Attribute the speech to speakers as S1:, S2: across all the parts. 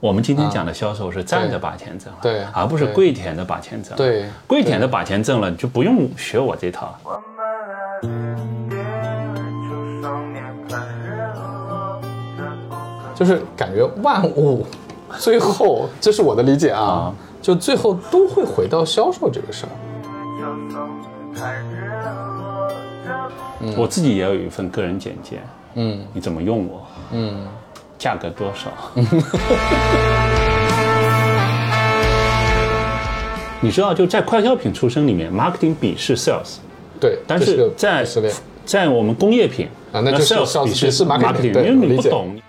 S1: 我们今天讲的销售是站着把钱挣了，
S2: 啊对
S1: 而不是跪舔着把钱挣。，
S2: 对，
S1: 跪舔着把钱挣了，就不用学我这套。
S3: 我们来临别人出双面看日落的不可
S2: 就是感觉万物最后，这是我的理解啊，就最后都会回到销售这个事儿。
S3: 就送你看日落的不
S1: 我自己也有一份个人简介，
S2: 嗯
S1: 你怎么用我？
S2: 嗯，
S1: 价格多 少？你知道，就在快消品出身里面，marketing 比是 sales，
S2: 对，
S1: 但
S2: 这是
S1: 是
S2: 个
S1: 在
S2: 鄙视链
S1: 在我们工业品
S2: 啊那就是
S1: sales
S2: sales
S1: 比
S2: 鄙视 marketing，对
S1: 因为你
S2: 理
S1: 不
S2: 解
S1: 懂。嗯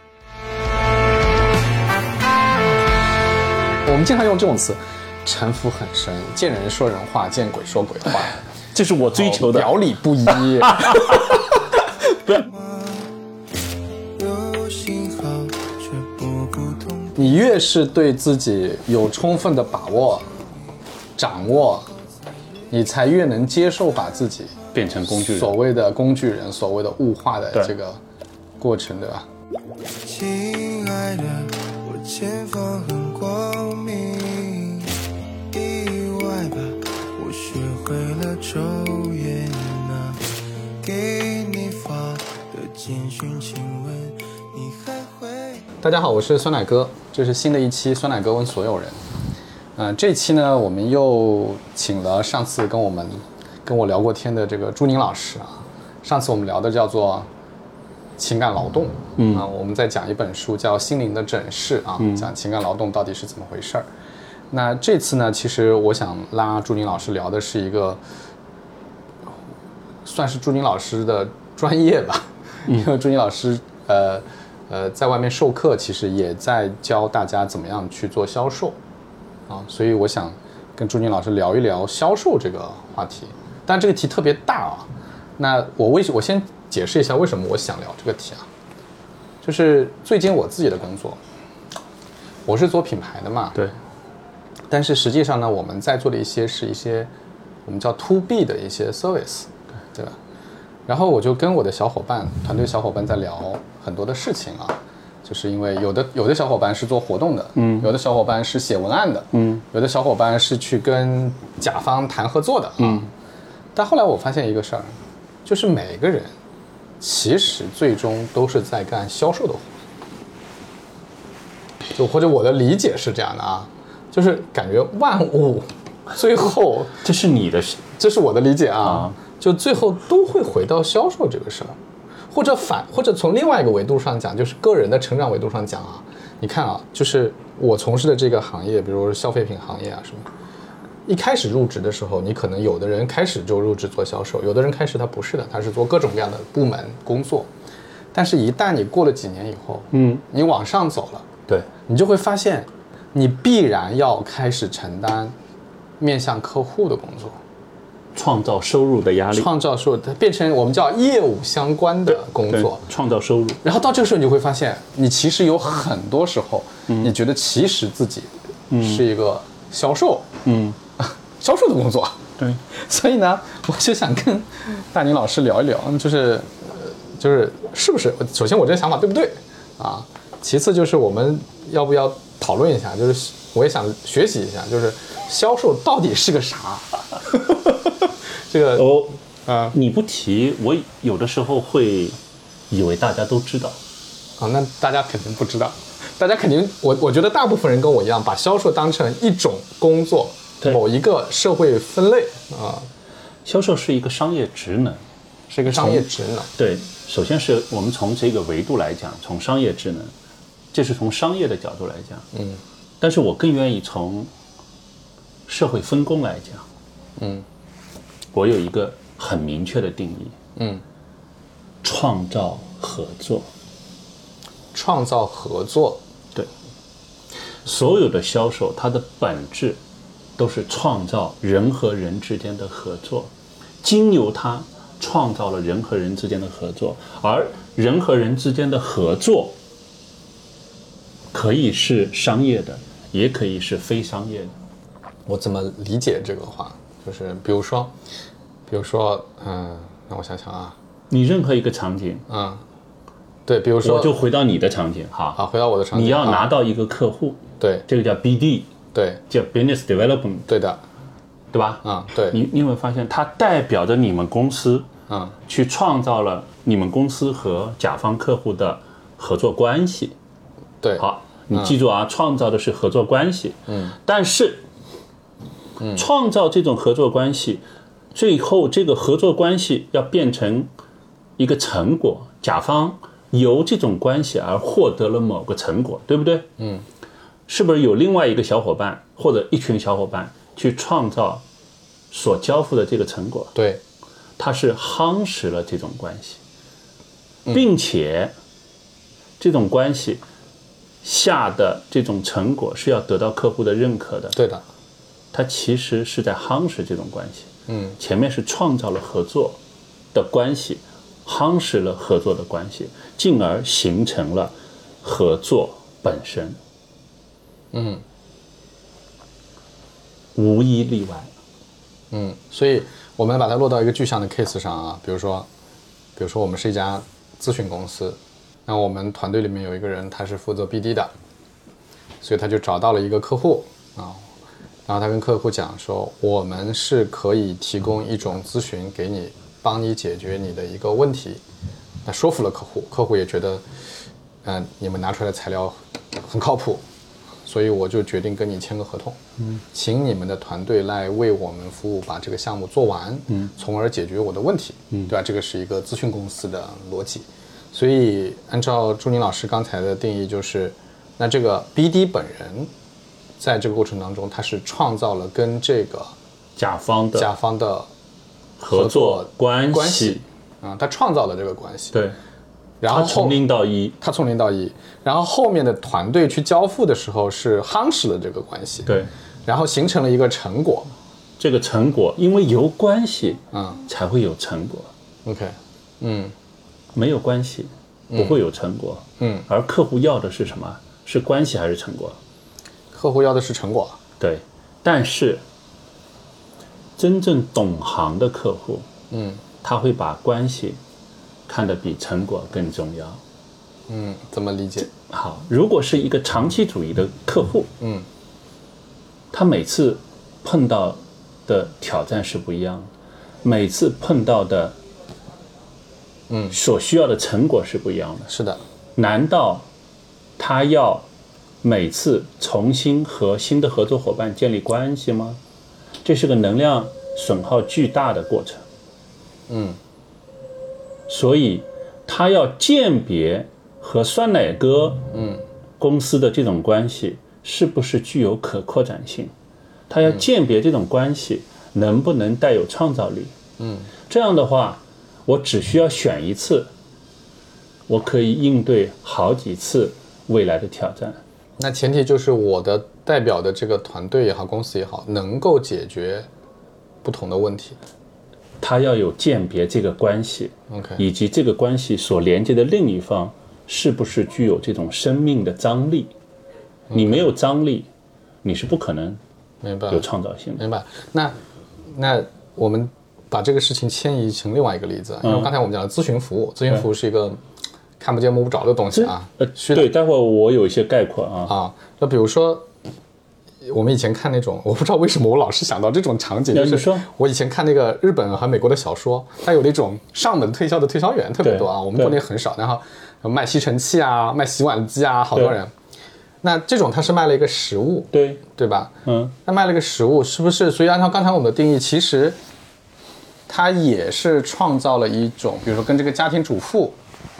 S2: 我们经常用这种词，城府很深，见人说人话，见鬼说鬼话，哦
S1: 这是我 追求的，
S2: 表里 不一。
S3: 有信号，却不沟通。
S2: 你越是对自己有充分的把握、掌握，你才越能接受把自己
S1: 变成工具
S2: 所
S1: 人。
S2: 谓的工具人、所谓的物化的
S1: 对
S2: 这个过程，对吧？
S3: 亲爱的，我前方很光明。意外吧，我学会了抽烟啊。给你发的简讯，请问你还会？
S2: 大家好，我是酸奶哥，这是新的一期酸奶哥问所有人。嗯、这期呢，我们又请了上次跟我们跟我聊过天的这个朱宁老师啊。上次我们聊的叫做情感劳动，嗯啊，我们在讲一本书叫《心灵的诊室》啊，讲情感劳动到底是怎么回事儿。那这次呢，其实我想拉朱宁老师聊的是一个，算是朱宁老师的专业吧， 因为朱宁老师呃呃在外面授课，其实也在教大家怎么样去做销售啊，所以我想跟朱宁老师聊一聊销售这个话题，但这个题特别大啊。那我为我先解释一下为什么我想聊这个题啊，就是最近我自己的工作，我是做品牌的嘛，
S1: 对，
S2: 但是实际上呢，我们在做的一些是一些我们叫 to B 的一些 service，对吧？然后我就跟我的小伙伴、团队小伙伴在聊很多的事情啊，就是因为有的有的小伙伴是做活动的，嗯，有的小伙伴是写文案的，嗯，有的小伙伴是去跟甲方谈合作的，嗯。但后来我发现一个事儿，就是每个人其实最终都是在干销售的活，就或者我的理解是这样的啊，就是感觉万物最后
S1: 这是你的事，
S2: 这是我的理解啊，
S1: 啊
S2: 就最后都会回到销售这个事儿，或者反，或者从另外一个维度上讲，就是个人的成长维度上讲啊，你看啊，就是我从事的这个行业，比如说消费品行业啊什么，一开始入职的时候，你可能有的人开始就入职做销售，有的人开始他不是的，他是做各种各样的部门工作，但是一旦你过了几年以后，
S1: 嗯，
S2: 你往上走了。
S1: 对，
S2: 你就会发现，你必然要开始承担面向客户的工作，
S1: 创造收入的压力，
S2: 创造出它变成我们叫业务相关的工
S1: 对
S2: 作。，
S1: 创造收入，
S2: 然后到这个时候，你就会发现，你其实有很多时候，
S1: 嗯
S2: 你觉得其实自己是一个销售，
S1: 嗯，
S2: 销售的工作。
S1: 对，
S2: 所以呢，我就想跟大宁老师聊一聊，嗯就是呃就是是不是？首先我这个想法对不对啊？其次就是我们要不要讨论一下？就是我也想学习一下，就是销售到底是个啥？ 这个
S1: 哦，
S2: 啊
S1: 你不提，我有的时候会以为大家都知道，
S2: 啊，那大家肯定不知道，大家肯定我我觉得大部分人跟我一样，把销售当成一种工作，
S1: 对
S2: 某一个社会分类啊，
S1: 销售是一个商业职能。
S2: 是一个商业职能。
S1: 对，首先是我们从这个维度来讲，从商业智能，这是从商业的角度来讲，
S2: 嗯，
S1: 但是我更愿意从社会分工来讲，
S2: 嗯，
S1: 我有一个很明确的定义，
S2: 嗯，
S1: 创造合作，
S2: 创造合作，
S1: 对，所有的销售它的本质都是创造人和人之间的合作，经由它创造了人和人之间的合作，而人和人之间的合作可以是商业的，也可以是非商业的。
S2: 我怎么理解这个话？就是比如说，比如说，嗯，让我想想啊，
S1: 你任何一个场景，
S2: 嗯，对，比如说
S1: 我就回到你的场景
S2: 好
S1: 哈，
S2: 回到我的场景，
S1: 你要拿
S2: 啊
S1: 到一个客户，
S2: 对
S1: 这个叫 BD，
S2: 对
S1: 叫 Business Development，
S2: 对的
S1: 对吧？
S2: 啊，对，
S1: 你你有没有发现，它代表着你们公司
S2: 嗯
S1: 去创造了你们公司和甲方客户的合作关系。
S2: 对，
S1: 好，你记住啊，创造的是合作关系。嗯，但是，创造这种合作关系，最后这个合作关系要变成一个成果，甲方由这种关系而获得了某个成果，对不对？嗯，是不是有另外一个小伙伴或者一群小伙伴去创造所交付的这个成果？
S2: 对
S1: 它是夯实了这种关系，并且这种关系下的这种成果是要得到客户的认可的。
S2: 对的，
S1: 它其实是在夯实这种关系。
S2: 嗯，
S1: 前面是创造了合作的关系，夯实了合作的关系，进而形成了合作本身。
S2: 嗯，
S1: 无一例外。
S2: 嗯，所以我们把它落到一个具象的 case 上啊，比如说，比如说我们是一家咨询公司，那我们团队里面有一个人他是负责 BD 的，所以他就找到了一个客户啊，然后他跟客户讲说，我们是可以提供一种咨询给你，帮你解决你的一个问题，那说服了客户，客户也觉得，嗯、你们拿出来的材料很靠谱，所以我就决定跟你签个合同，嗯，请你们的团队来为我们服务，把这个项目做完，嗯，从而解决我的问题，嗯，对吧？这个是一个咨询公司的逻辑，所以按照朱宁老师刚才的定义，就是，那这个 BD 本人在这个过程当中，他是创造了跟这个
S1: 甲方的
S2: 甲方的
S1: 合作关系，
S2: 关系，啊、他创造了这个关系，，
S1: 对，
S2: 然后
S1: 它从零到一，
S2: 他从零到一，然后后面的团队去交付的时候是夯实了这个关系，
S1: 对，
S2: 然后形成了一个成果。
S1: 这个成果，因为有关系
S2: 嗯
S1: 才会有成果。
S2: ，OK，嗯
S1: 没有关系，不会有成果。
S2: 嗯，
S1: 而客户要的是什么？是关系还是成果？
S2: 客户要的是成果。
S1: 对，但是真正懂行的客户，
S2: 嗯
S1: 他会把关系看得比成果更重要。
S2: 嗯，怎么理解？
S1: 好，如果是一个长期主义的客户，
S2: 嗯，
S1: 他每次碰到的挑战是不一样的，每次碰到的，
S2: 嗯
S1: 所需要的成果是不一样的。
S2: 是的，
S1: 难道他要每次重新和新的合作伙伴建立关系吗？这是个能量损耗巨大的过程。
S2: 嗯
S1: 所以他要鉴别和酸奶哥嗯公司的这种关系是不是具有可扩展性，他要鉴别这种关系能不能带有创造力。
S2: 嗯，
S1: 这样的话，我只需要选一次，我可以应对好几次未来的挑战。
S2: 那前提就是我的代表的这个团队也好，公司也好，能够解决不同的问题。
S1: 他要有鉴别这个关系，
S2: OK，
S1: 以及这个关系所连接的另一方是不是具有这种生命的张力。你没有张力，你是不可能
S2: 明白
S1: 有
S2: 了，
S1: 创造性的。
S2: 明白。那那我们把这个事情迁移成另外一个例子，因为刚才我们讲的咨询服务，咨询服务是一个看不见摸不着的东西啊，
S1: 呃，
S2: 虚的
S1: 对，待会儿我有一些概括啊。
S2: 啊，那比如说，我们以前看那种，我不知道为什么我老是想到这种场景，
S1: 那
S2: 就
S1: 你
S2: 是
S1: 说
S2: 我以前看那个日本和美国的小说，它有那种上门推销的推销员特别
S1: 对
S2: 多啊，我们国内
S1: 对
S2: 很少。然后卖吸尘器啊，卖洗碗机啊，好多
S1: 对
S2: 人。那这种他是卖了一个实物，
S1: 对，
S2: 对吧？
S1: 嗯，
S2: 那卖了个实物，是不是？所以按照刚才我们的定义，其实它也是创造了一种，比如说跟这个家庭主妇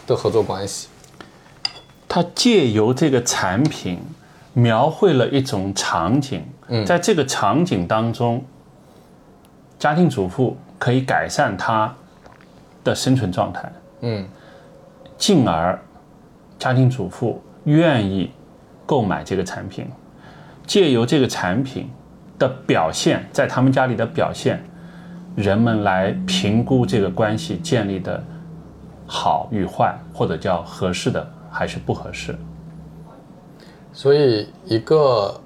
S2: 的合作关系。
S1: 它借由这个产品描绘了一种场景，在这个场景当中，家庭主妇可以改善她的生存状态，
S2: 嗯，
S1: 进而家庭主妇愿意购买这个产品，借由这个产品的表现，在他们家里的表现，人们来评估这个关系建立的好与坏，或者叫合适的还是不合适。
S2: 所以，一个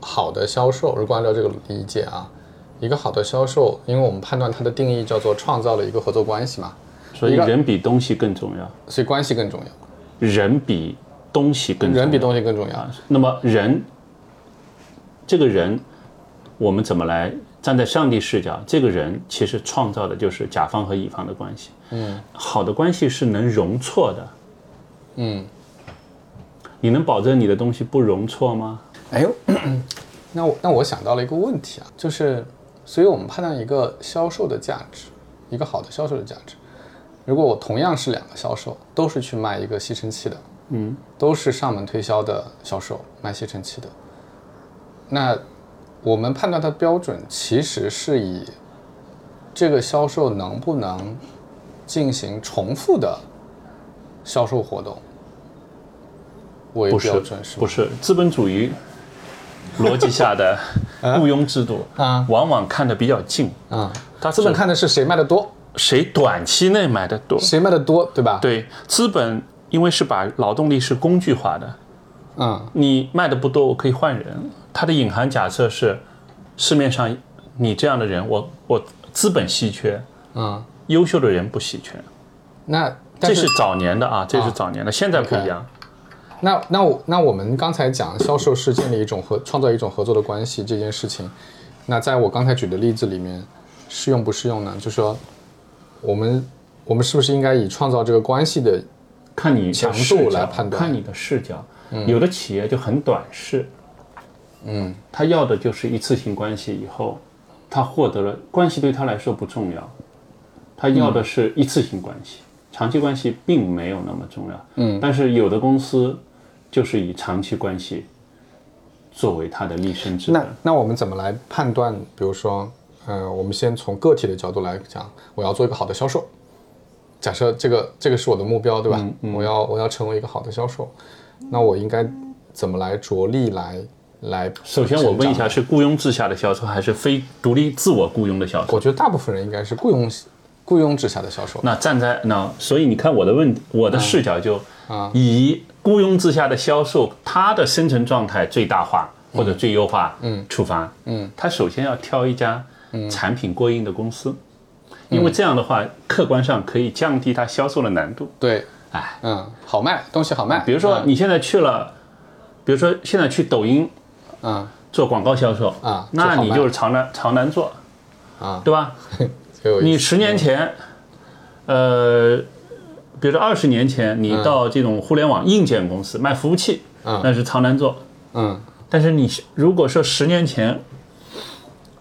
S2: 好的销售，如果按照这个理解啊，一个好的销售，因为我们判断它的定义叫做创造了一个合作关系嘛，
S1: 所以
S2: 一个
S1: 人比东西更重要。
S2: 所以关系更重要。
S1: 人比东西更重要
S2: 人比东西更重要。
S1: 那么人，这个人，我们怎么来站在上帝视角？这个人其实创造的就是甲方和乙方的关系。嗯，好的关系是能容错的。
S2: 嗯，
S1: 你能保证你的东西不容错吗？
S2: 哎呦，那我那我想到了一个问题啊，就是，所以我们判断一个销售的价值，一个好的销售的价值，如果我同样是两个销售，都是去卖一个吸尘器的，
S1: 嗯，
S2: 都是上门推销的销售卖吸尘器的，那我们判断它的标准其实是以这个销售能不能进行重复的销售活动为
S1: 不是
S2: 标准，是吗
S1: 不是资本主义逻辑下 的雇佣制度
S2: 啊
S1: 往往看得比较近，
S2: 啊、
S1: 它
S2: 资本
S1: 只
S2: 看的是谁卖的多，
S1: 谁短期内买的多。
S2: 谁卖的多，对吧？，
S1: 对，资本因为是把劳动力是工具化的，
S2: 嗯
S1: 你卖的不多，我可以换人。它的隐含假设是，市面上你这样的人，我我资本稀缺，
S2: 嗯，
S1: 优秀的人不稀缺。
S2: 那但
S1: 这
S2: 是
S1: 是早年的啊，这是早年的，现在不
S2: OK
S1: 一样。
S2: 那那我那我们刚才讲销售是建立一种合创造一种合作的关系这件事情，那在我刚才举的例子里面，适用不适用呢？就说我们我们是不是应该以创造这个关系的
S1: 看你的
S2: 强度
S1: 视角
S2: 来判断嗯
S1: 看你的视角。有的企业就很短视，嗯，他要的就是一次性关系，以后他获得了关系对他来说不重要，他要的是一次性关系，
S2: 嗯
S1: 长期关系并没有那么重要，嗯，但是有的公司就是以长期关系作为他的立身之
S2: 那
S1: 本。
S2: 那我们怎么来判断？比如说，呃，我们先从个体的角度来讲，我要做一个好的销售。假设这个这个是我的目标，对吧？
S1: 嗯
S2: 我要我要成为一个好的销售，那我应该怎么来着力来来？
S1: 首先，我问一下，，是雇佣制下的销售，还是非独立自我雇佣的销售？
S2: 我觉得大部分人应该是雇佣雇佣制下的销售。
S1: 那站在那，啊所以你看我的问，我的视角就
S2: 啊
S1: 以雇佣制下的销售，它的生存状态最大化或者最优化，嗯，出发，嗯，他首先要挑一家产品过硬的公司，因为这样的话，客观上可以降低它销售的难度。
S2: 对，
S1: 哎，
S2: 嗯，好卖，东西好卖。
S1: 比如说
S2: 嗯
S1: 你现在去了，比如说现在去抖音
S2: 嗯
S1: 啊做广告销售
S2: 啊做
S1: 那
S2: 好
S1: 你
S2: 卖
S1: 就是朝南朝南做
S2: 啊
S1: 对吧？
S2: 这个有意
S1: 你
S2: 思
S1: 十年前，呃，比如说二十年前，你到这种互联网硬件公司卖服务器，
S2: 嗯
S1: 那是朝南做。
S2: 嗯
S1: 但是你如果说十年前，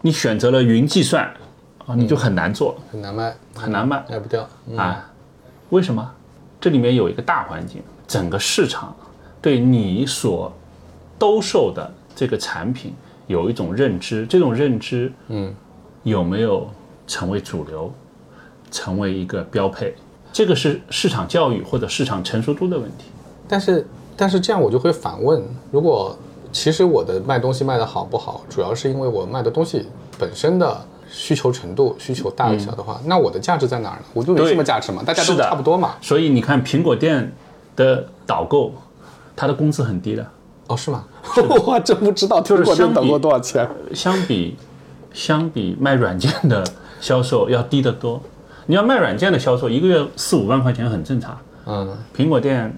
S1: 你选择了云计算啊，你就很难做，
S2: 很难卖，
S1: 很难卖
S2: 卖不掉。嗯
S1: 啊。为什么？这里面有一个大环境，整个市场对你所兜售的这个产品有一种认知，这种认知，
S2: 嗯，
S1: 有没有成为主流，成为一个标配？这个是市场教育或者市场成熟度的问题。
S2: 但是但是这样我就会反问：如果其实我的卖东西卖的好不好，主要是因为我卖的东西本身的需求程度、需求大与小的话，那我的价值在哪儿呢？我就没
S1: 嗯对
S2: 什么价值嘛，大家
S1: 是
S2: 都
S1: 的
S2: 差不多嘛。
S1: 所以你看，苹果店的导购，他的工资很低的，
S2: 哦，是 吗？我还真不知道，
S1: 是
S2: 苹果店
S1: 相比
S2: 等过多少钱。
S1: 相比相比卖软件的销售要低得多。你要卖软件的销售，一个月四五万块钱很正常。
S2: 嗯
S1: 苹果店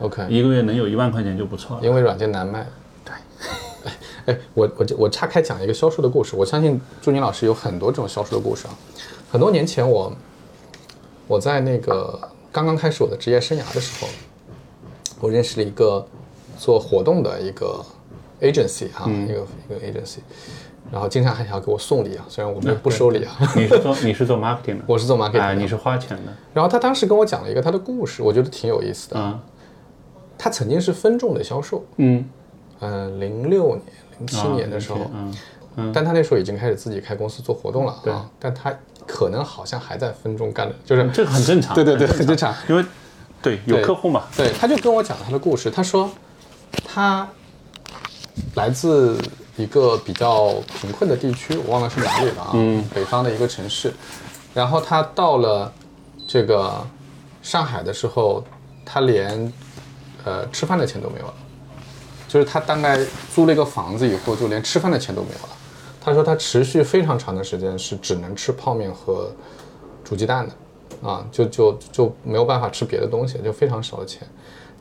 S2: ，OK，
S1: 一个月能有一万块钱就不错了。
S2: 因为软件难卖。 对，哎，我我这我岔开讲一个销售的故事。我相信朱宁老师有很多这种销售的故事啊。很多年前我我在那个刚刚开始我的职业生涯的时候，我认识了一个做活动的一个 agency 啊，
S1: 嗯
S2: 一个一个 agency，然后经常还想要给我送礼啊，虽然我们不收礼啊，
S1: 你是 做你是做 marketing 的，
S2: 我是做 marketing 的
S1: 哎，你是花钱的，
S2: 然后他当时跟我讲了一个他的故事，我觉得挺有意思的。
S1: 啊，
S2: 他曾经是分众的销售，
S1: 嗯，
S2: 呃，零六年、零七
S1: 啊
S2: 年的时候，
S1: 嗯，
S2: 但他那时候已经开始自己开公司做活动了啊，但他可能好像还在分众干的，就是
S1: 嗯这个很正常。
S2: 对对对，
S1: 很
S2: 很正常。
S1: 因为对有
S2: 对
S1: 客户嘛，
S2: 对，他就跟我讲了他的故事，他说他来自一个比较贫困的地区，我忘了是哪里了啊，嗯，北方的一个城市。然后他到了这个上海的时候，他连呃吃饭的钱都没有了，就是他大概租了一个房子以后，就连吃饭的钱都没有了。他说他持续非常长的时间是只能吃泡面和煮鸡蛋的，啊，就就就没有办法吃别的东西，就非常少的钱。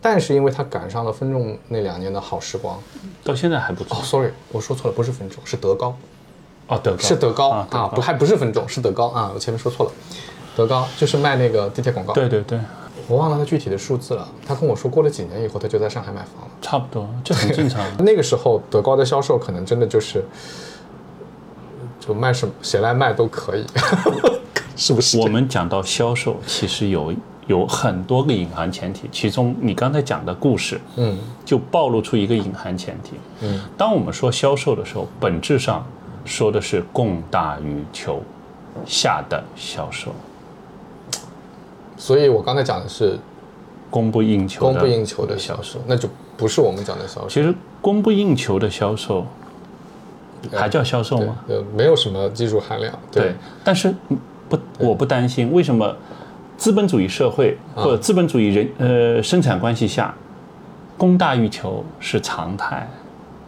S2: 但是因为它赶上了分众那两年的好时光，
S1: 到现在还不错
S2: 哦。，sorry，我说错了，不是分众，是德高。
S1: 哦，德高
S2: 是德高
S1: 啊
S2: 啊，不还不是分众，是德高啊，我前面说错了，德高就是卖那个地铁广告，
S1: 对对对，
S2: 我忘了他具体的数字了，他跟我说过了几年以后，他就在上海买房了。
S1: 差不多，这很正 常。
S2: 那个时候德高的销售可能真的就是，就卖什么谁来卖都可以， 是不是？
S1: 我们讲到销售，其实有有很多个隐含前提，其中你刚才讲的故事，
S2: 嗯，
S1: 就暴露出一个隐含前提。嗯，当我们说销售的时候，本质上说的是供大于求下的销售，
S2: 所以我刚才讲的是
S1: 供不应求的。
S2: 供不应求的销售，那就不是我们讲的销售，
S1: 其实供不应求的销售，还叫销售
S2: 对
S1: 吗？，
S2: 呃，没有什么技术含量，对，
S1: 但是不，我不担心。为什么资本主义社会
S2: 啊
S1: 或者资本主义人、呃生产关系下，供大于求是常态，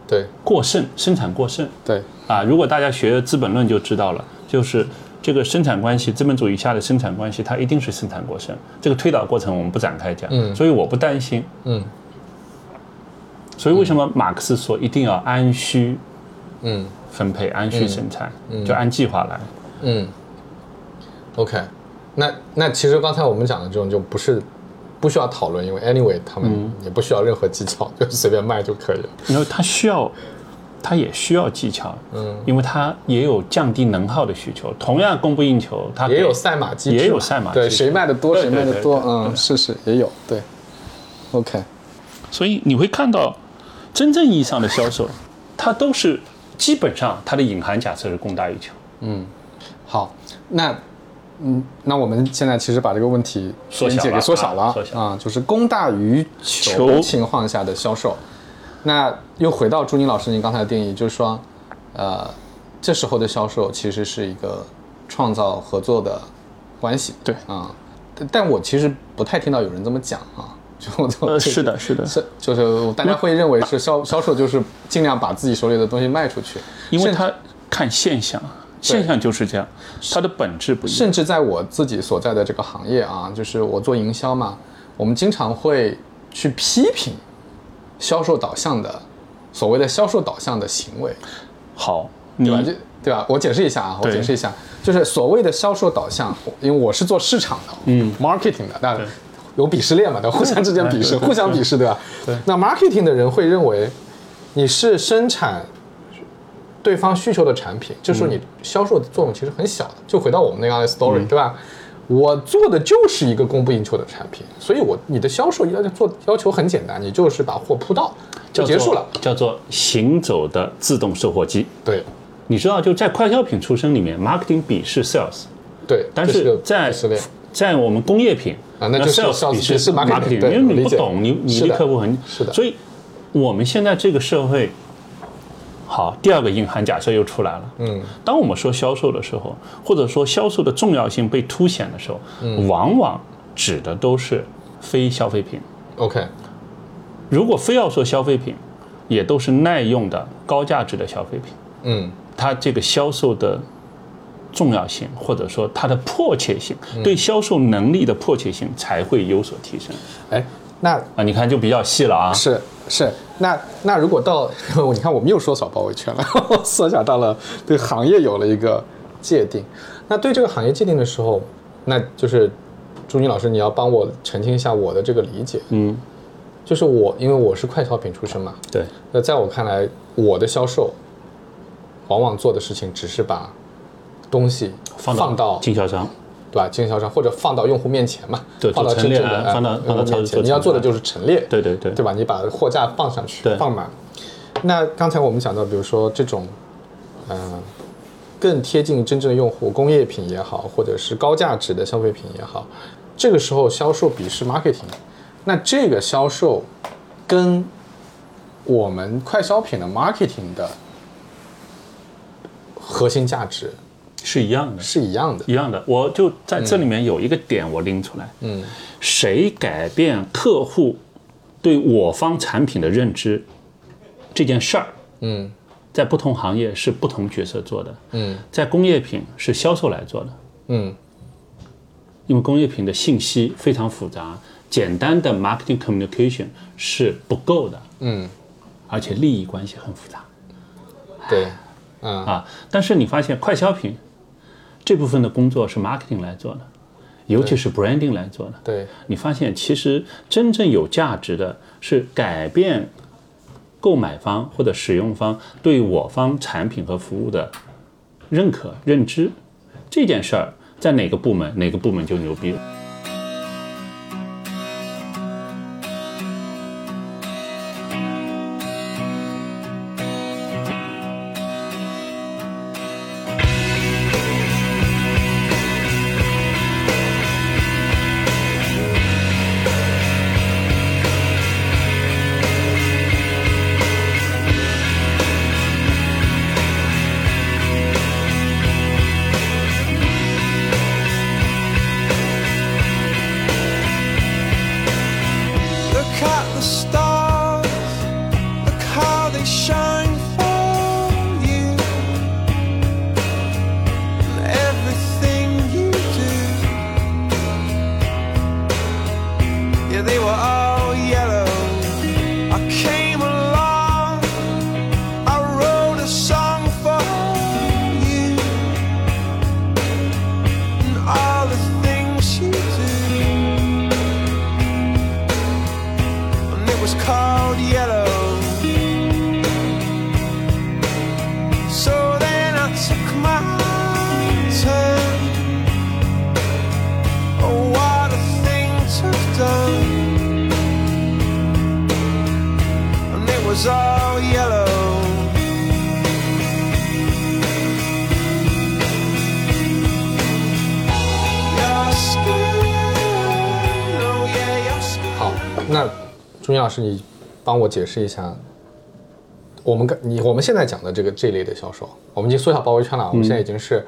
S2: 对，
S1: 过剩生产过剩
S2: 对，
S1: 啊！如果大家学《资本论》就知道了，就是。这个生产关系，资本主义下的生产关系，它一定是生产过剩。这个推导过程我们不展开讲，
S2: 嗯
S1: 所以我不担心。
S2: 嗯
S1: 所以为什么马克思说一定要按需
S2: 嗯
S1: 分配、按需生产，就按计划来？
S2: 嗯，OK，那那其实刚才我们讲的这种就不是不需要讨论，因为 anyway 他
S1: 嗯
S2: 们也不需要任何技巧，就随便卖就可以了。
S1: 然后它需要，它也需要技巧，嗯，因为它也有降低能耗的需求。同样供不应求，它
S2: 也
S1: 给
S2: 有赛马机制嘛，
S1: 啊也有赛马
S2: 对，
S1: 机制
S2: 谁卖的多
S1: 对
S2: 谁卖的多，
S1: 对对对
S2: 嗯，是是也有，对，OK，
S1: 所以你会看到，真正意义上的销售，它都是基本上它的隐含假设是供大于求。
S2: 好，那嗯，那我们现在其实把这个问题
S1: 缩小
S2: 边界给
S1: 了
S2: 缩小
S1: 啊
S2: 了
S1: 缩小
S2: 啊，就是供大于求
S1: 求
S2: 情况下的销售。那又回到朱宁老师您刚才的定义，就是说，呃，这时候的销售其实是一个创造合作的关系。
S1: 对
S2: 啊，但但我其实不太听到有人这么讲啊，就我就
S1: 呃是的是的
S2: 是就是大家会认为是销销售就是尽量把自己手里的东西卖出去，
S1: 因为
S2: 甚至
S1: 它看现象，啊现象就是这样，它的本质不一样。
S2: 甚至在我自己所在的这个行业啊，就是我做营销嘛，我们经常会去批评销售导向的所谓的销售导向的行为，
S1: 好，你
S2: 对吧？就对吧？我解释一下啊，我
S1: 嗯对
S2: 解释一下，就是所谓的销售导向，因为我是做市场的，嗯，marketing 的，那有鄙视链嘛，那互相之间鄙
S1: 对
S2: 视，
S1: 对对
S2: 互相鄙视，对吧？
S1: 对
S2: 那 marketing 的人会认为你是生产对方需求的产品，这
S1: 嗯
S2: 时候你销售的作用其实很小的。就回到我们那样的 story，、对吧？我做的就是一个供不应求的产品，所以我你的销售要求做要求很简单，你就是把货铺到就
S1: 叫做
S2: 结束了。，
S1: 叫做行走的自动售货机。
S2: 对
S1: 你知道，就在快消品出身里面，marketing 比是 sales，
S2: 对，
S1: 但
S2: 这是
S1: 是
S2: 个
S1: 在
S2: 鄙视链
S1: 在我们工业品
S2: 啊那就是
S1: sales
S2: 比
S1: 是
S2: 是 marketing，对
S1: 因为你
S2: 理
S1: 不
S2: 解
S1: 懂，你你
S2: 是
S1: 离
S2: 的
S1: 客户很
S2: 是的
S1: 所以我们现在这个社会，好，第二个硬汉假设又出来了。嗯，当我们说销售的时候，或者说销售的重要性被凸显的时候，
S2: 嗯
S1: 往往指的都是非消费品。
S2: OK，
S1: 如果非要说消费品，也都是耐用的高价值的消费品。
S2: 嗯
S1: 它这个销售的重要性，或者说它的迫切性，对销售能力的迫切性才会有所提升
S2: 哎，那
S1: 啊！你看就比较细了啊。
S2: 是是，那那如果到 你看我们又缩小包围圈了， 缩小到了对行业有了一个界定。那对这个行业界定的时候，那就是朱妮老师，你要帮我澄清一下我的这个理解。
S1: 嗯，
S2: 就是我因为我是快消品出身嘛，
S1: 对，
S2: 那在我看来，我的销售往往做的事情只是把东西
S1: 放到经销商，
S2: 对吧？经销商或者放到用户面前嘛，
S1: 对
S2: 放到
S1: 做
S2: 真
S1: 陈列
S2: 正的
S1: 啊放到
S2: 呃
S1: 放到
S2: 用户
S1: 超
S2: 面
S1: 市做
S2: 前，你要
S1: 陈列
S2: 做的
S1: 啊
S2: 就是陈列，
S1: 对对对
S2: 对吧？你把货架放上去
S1: 对，
S2: 放满。那刚才我们讲到，比如说这种，嗯、更贴近真正的用户，工业品也好，或者是高价值的消费品也好，这个时候销售比是 marketing，那这个销售跟我们快消品的 marketing 的核心价值
S1: 是一样的，
S2: 是一样的，
S1: 一样的。我就在这里面有一个点我拎出来，嗯，谁改变客户对我方产品的认知这件事儿，
S2: 嗯
S1: 在不同行业是不同角色做的，
S2: 嗯
S1: 在工业品是销售来做的，
S2: 嗯
S1: 因为工业品的信息非常复杂，简单的 marketing communication 是不够的，
S2: 嗯，
S1: 而且利益关系很复杂。
S2: 对，
S1: 啊，但是你发现快消品这部分的工作是 marketing 来做的，尤其是 branding 来做的。
S2: 对，
S1: 你发现其实真正有价值的是改变购买方或者使用方对我方产品和服务的认可、认知这件事儿，在哪个部门，哪个部门就牛逼了。
S3: Look at the stars, look how they shine for you. And Everything you do, yeah, they were all yellow. I came along, I wrote a song for you, and all the things you do. and it was called yellow. So then I took my turn. Oh, what a thing to have done! And it was all yellow. Your skin, oh yeah, your skin.
S2: 好，那钟毅老师，你帮我解释一下，我们刚你我们现在讲的这个这类的销售，我们已经缩小包围圈了，我们现在已经是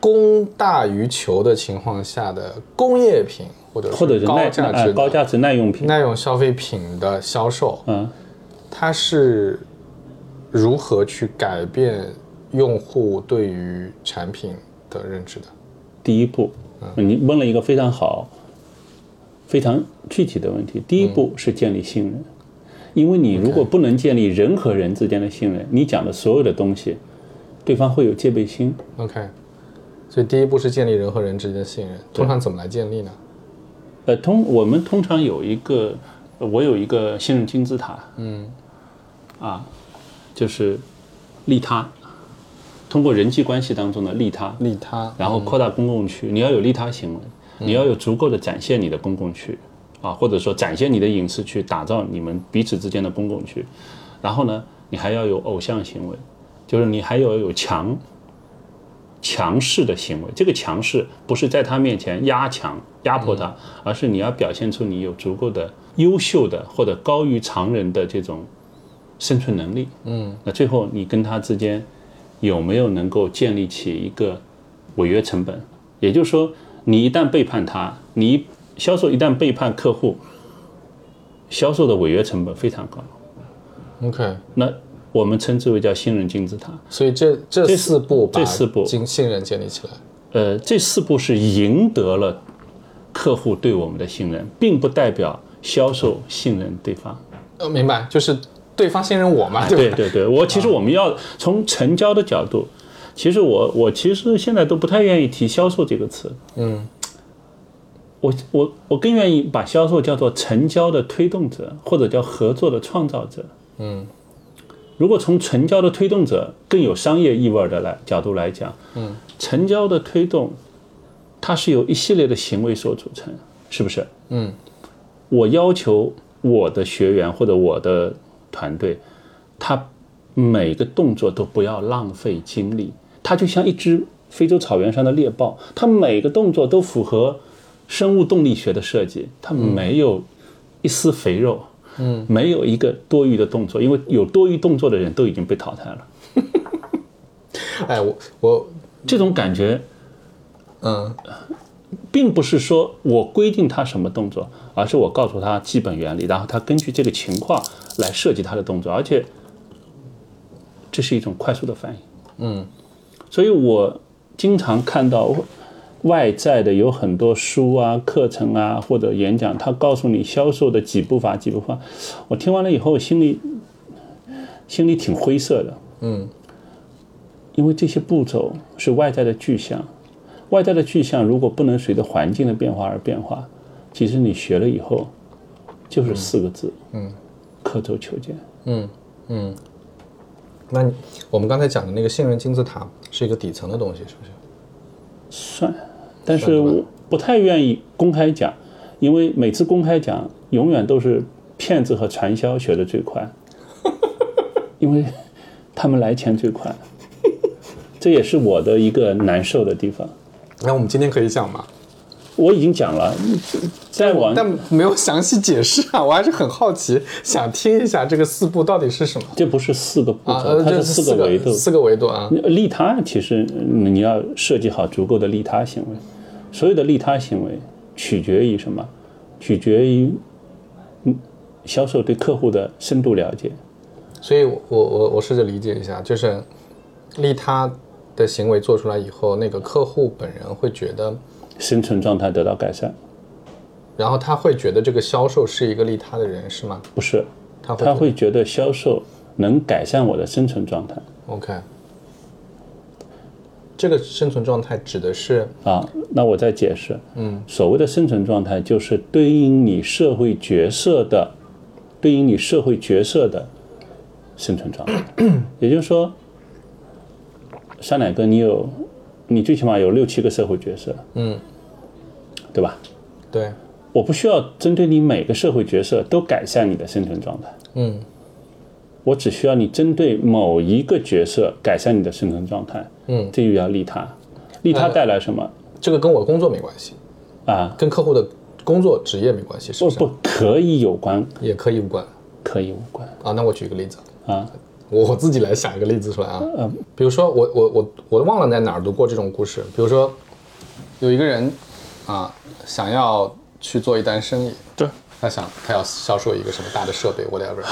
S2: 供大于求的情况下的工业品或者
S1: 或者是
S2: 高
S1: 耐
S2: 价值
S1: 呃
S2: 的
S1: 高价值耐用品，
S2: 耐用消费品的销售，
S1: 嗯，
S2: 它是如何去改变用户对于产品的认知的？
S1: 第一步，你问了一个非常好、非常具体的问题。第一步是建立信任，因为你如果不能建立人和人之间的信任，你讲的所有的东西，对方会有戒备心。
S2: OK，所以第一步是建立人和人之间的信任，通常怎么来建立呢？
S1: 呃，通我们通常有一个，呃我有一个信任金字塔，嗯，啊，就是利他，通过人际关系当中的利他，
S2: 利他，
S1: 然后扩大公共区，你要有利他行为，你要有足够的展现你的公共区，啊，或者说展现你的隐私区，打造你们彼此之间的公共区。然后呢，你还要有偶像行为，就是你还要有强强势的行为。这个强势不是在他面前压强压迫他，而是你要表现出你有足够的优秀的或者高于常人的这种生存能力。嗯，那最后你跟他之间有没有能够建立起一个违约成本？也就是说，你一旦背叛他，你一销售一旦背叛客户，销售的违约成本非常高。
S2: OK，
S1: 那我们称之为叫信任金字塔。
S2: 所以这这
S1: 这
S2: 四步把
S1: 这四步
S2: 经信任建立起来。
S1: 呃，这四步是赢得了客户对我们的信任，并不代表销售信任对方。
S2: 呃，明白，就是对方信任我嘛，
S1: 对
S2: 吧？
S1: 啊对对，我其实我们要从成交的角度，其实我我其实现在都不太愿意提销售这个词。嗯，我我我更愿意把销售叫做成交的推动者，或者叫合作的创造者。嗯，如果从成交的推动者更有商业意味儿的来角度来讲，嗯，成交的推动，它是由一系列的行为所组成，是不是？嗯，我要求我的学员或者我的团队。他每个动作都不要浪费精力，它就像一只非洲草原上的猎豹，它每个动作都符合生物动力学的设计，它没有一丝肥肉，嗯，没有一个多余的动作，因为有多余动作的人都已经被淘汰了。
S2: 哎，我我
S1: 这种感觉
S2: 嗯，
S1: 并不是说我规定他什么动作，而是我告诉他基本原理，然后他根据这个情况来设计他的动作，而且这是一种快速的反应。嗯，所以我经常看到我外在的有很多书啊、课程啊或者演讲，他告诉你销售的几步法、几步法。我听完了以后，心里心里挺灰色的，
S2: 嗯，
S1: 因为这些步骤是外在的具象，外在的具象如果不能随着环境的变化而变化，其实你学了以后就是四个字，嗯，刻舟求剑。
S2: 那你我们刚才讲的那个信任金字塔是一个底层的东西，是不是？
S1: 算，但
S2: 算
S1: 是
S2: 是吧
S1: 我不太愿意公开讲，因为每次公开讲，永远都是骗子和传销学的最快，因为他们来钱最快，这也是我的一个难受的地方。
S2: 那我们今天可以讲吗？
S1: 我已经讲了，再往
S2: 但没有详细解释啊，我还是很好奇，想听一下这个四步到底是什么
S1: 这不是四个步骤，
S2: 啊？呃，
S1: 它
S2: 这
S1: 是
S2: 是
S1: 个维度。呃
S2: 四个维度啊。
S1: 利他其实嗯你要设计好足够的利他行为，所有的利他行为取决于什么？取决于嗯销售对客户的深度了解。
S2: 所以我，我我我试着理解一下，就是利他的行为做出来以后，那个客户本人会觉得，
S1: 生存状态得到改善，
S2: 然后他会觉得这个销售是一个利他的人，是吗？
S1: 不是，
S2: 他会
S1: 他
S2: 觉
S1: 会觉得销售能改善我的生存状态
S2: OK。这个生存状态指的是
S1: 啊。那我再解释，嗯，所谓的生存状态就是对应你社会角色的，对应你社会角色的生存状态。也就是说，山奶哥，你有，你最起码有六七个社会角色，嗯，对吧？
S2: 对，
S1: 我不需要针对你每个社会角色都改善你的生存状态，
S2: 嗯
S1: 我只需要你针对某一个角色改善你的生存状态，
S2: 嗯，
S1: 这又要利他，利他带来什么、
S2: 这个跟我工作没关系，
S1: 啊？
S2: 跟客户的工作职业没关系，是
S1: 不
S2: 不是？
S1: 不可以有关，
S2: 也可以无关
S1: 可以无关
S2: 啊。那我举一个例子，
S1: 啊？嗯
S2: 我我自己来想一个例子出来啊。比如说我我我我忘了在哪儿读过这种故事。比如说有一个人啊，想要去做一单生意，
S1: 对，
S2: 他想他要销售一个什么大的设备，whatever。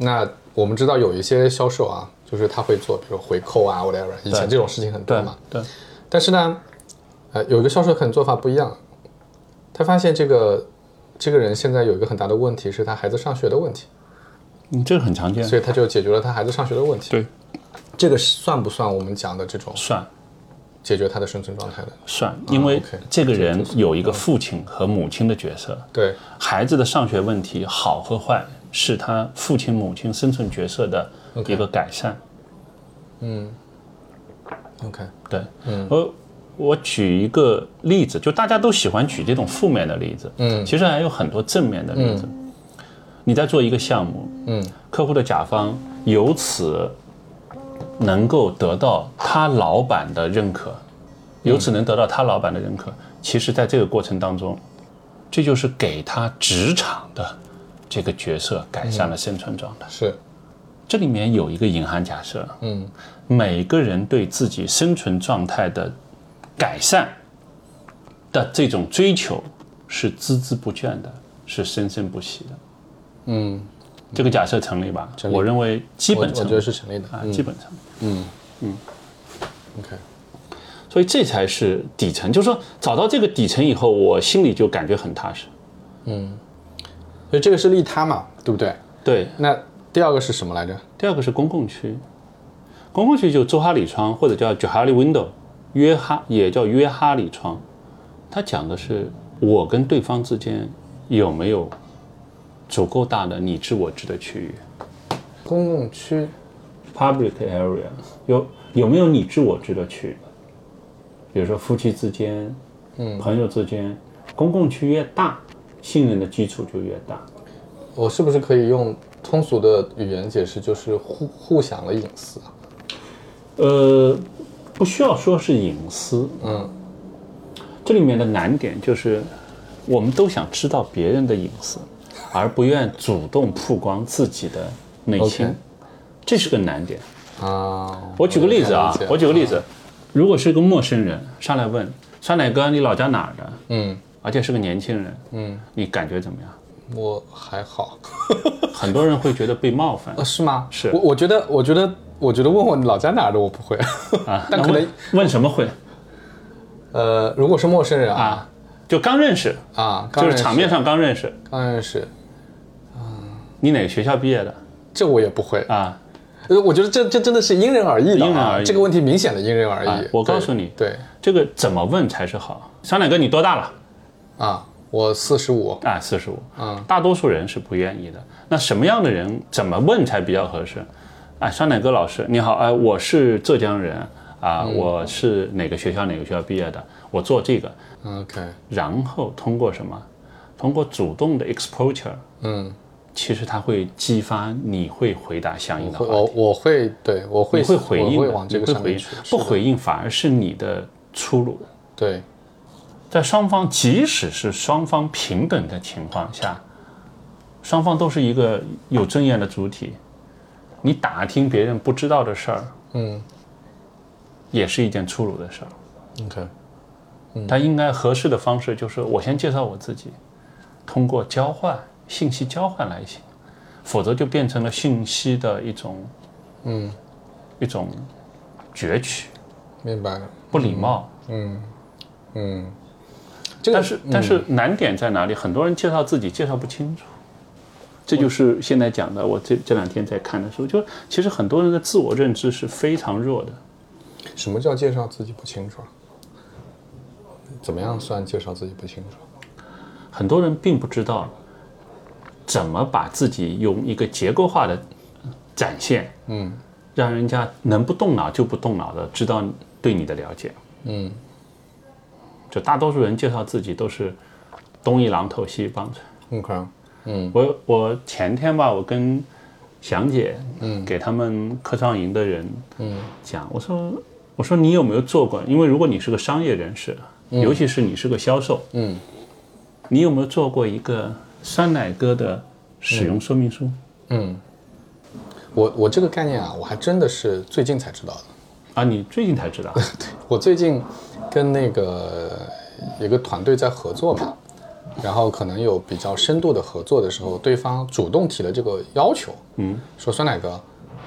S2: 那我们知道有一些销售啊，就是他会做，比如回扣啊，whatever。以前
S1: 对
S2: 这种事情很多
S1: 对
S2: 嘛。
S1: 对，
S2: 但是呢，呃，有一个销售可能做法不一样，他发现这个这个人现在有一个很大的问题是他孩子上学的问题。
S1: 嗯，这个很常见，
S2: 所以他就解决了他孩子上学的问题。
S1: 对，
S2: 这个算不算我们讲的这种
S1: 算
S2: 解决他的生存状态的？
S1: 算，因为
S2: OK，
S1: 啊这个人有一个父亲和母亲的角色，
S2: 对，
S1: 孩子的上学问题好和坏是他父亲母亲生存角色的一个改善。
S2: OK，
S1: 对，嗯，我我举一个例子，就大家都喜欢举这种负面的例子，嗯，其实还有很多正面的例子。你在做一个项目，
S2: 嗯，
S1: 客户的甲方由此能够得到他老板的认可，由此能得到他老板的认可。其实，在这个过程当中，这就是给他职场的这个角色改善了生存状态。
S2: 是，
S1: 这里面有一个隐含假设，
S2: 嗯，
S1: 每个人对自己生存状态的改善的这种追求是孜孜不倦的，是生生不息的。
S2: 嗯，
S1: 这个假设成立吧？
S2: 立
S1: 我认为基
S2: 我
S1: 本
S2: 我
S1: 成
S2: 觉
S1: 立
S2: 得是成立的。
S1: 啊，
S2: 嗯
S1: 基本成立。
S2: OK，
S1: 所以这才是底层，就是说找到这个底层以后，我心里就感觉很踏实。
S2: 所以这个是利他嘛，对不对？
S1: 对，
S2: 那第二个是什么来着？
S1: 第二个是公共区，公共区就周哈里窗或者叫 Johari Window，约哈也叫约哈里窗，它讲的是我跟对方之间有没有足够大的你知我知的区域
S2: 公共区，
S1: （public area），有有没有你知我知的区域？比如说夫妻之间，嗯，朋友之间，公共区越大，信任的基础就越大。
S2: 我是不是可以用通俗的语言解释，就是互互享了隐私啊？
S1: 呃，不需要说是隐私，嗯，这里面的难点就是，我们都想知道别人的隐私，而不愿主动曝光自己的内心
S2: OK
S1: 这是个难点。
S2: 啊，
S1: 我举个例子啊
S2: 能理解，
S1: 我举个例子，如果是个陌生人上来问山奶哥你老家哪儿的，
S2: 嗯，
S1: 而且是个年轻人，嗯，你感觉怎么样？
S2: 我还好。
S1: 很多人会觉得被冒犯啊
S2: 呃，是吗？
S1: 是
S2: 我我觉得，我觉得，我觉得问我你老家哪儿的我不会，
S1: 啊，
S2: 但
S1: 那
S2: 可能
S1: 问问什么会？
S2: 呃，如果是陌生人啊
S1: 啊，就刚认识，
S2: 啊，刚
S1: 就
S2: 认
S1: 是
S2: 识
S1: 场面上刚认识。
S2: 刚认识，
S1: 你哪个学校毕业的
S2: 这我也不会。
S1: 啊？
S2: 呃，我觉得这这真的是因人而异的、啊，
S1: 因人而异
S2: 这个问题明显的因人而异。
S1: 啊我告诉你
S2: 对对
S1: 这个怎么问才是好？小奶哥，你多大了？
S2: 啊，我四十五，
S1: 啊，四十五。
S2: 嗯，
S1: 大多数人是不愿意的。那什么样的人怎么问才比较合适？哎，酸奶哥老师，你好，哎，我是浙江人啊，
S2: 嗯
S1: 我是哪个学校哪个学校毕业的，我做这个，
S2: OK，
S1: 然后通过什么？通过主动的 exposure，
S2: 嗯，
S1: 其实它会激发你会回答相应的
S2: 会
S1: 话
S2: 我
S1: 题，
S2: 我会对我会
S1: 你会回应
S2: 我会
S1: 的，
S2: 往
S1: 你
S2: 这个
S1: 会
S2: 上
S1: 回
S2: 面
S1: 应
S2: 去，，
S1: 不回应反而是你的出路。
S2: 对
S1: 在双方即使是双方平等的情况下，双方都是一个有尊严的主体，你打听别人不知道的事儿，
S2: 嗯，
S1: 也是一件粗鲁的事儿。
S2: ，OK，嗯
S1: 他应该合适的方式就是我先介绍我自己，通过交换信息交换来行，否则就变成了信息的一种，
S2: 嗯，
S1: 一种攫取、
S2: 明白了，
S1: 不礼貌。
S2: 嗯，这个
S1: 但是但是难点在哪里？很多人介绍自己介绍不清楚，这就是现在讲的。我这这两天在看的时候，就其实很多人的自我认知是非常弱的。
S2: 什么叫介绍自己不清楚啊？怎么样算介绍自己不清楚？
S1: 很多人并不知道怎么把自己用一个结构化的展现，嗯，让人家能不动脑就不动脑的知道对你的了解，
S2: 嗯，
S1: 就大多数人介绍自己都是东一榔头西一棒槌。
S2: OK，嗯
S1: 我我前天吧，我跟祥姐，嗯，给他们科创营的人，嗯，讲，我说我说你有没有做过？因为如果你是个商业人士，尤其是你是个销售，
S2: 嗯，
S1: 你有没有做过一个酸奶哥的使用说明书？
S2: 嗯，我我这个概念啊，我还真的是最近才知道的。
S1: 啊，你最近才知道
S2: 我最近跟那个一个团队在合作嘛，然后可能有比较深度的合作的时候，对方主动提了这个要求，嗯，说酸奶哥，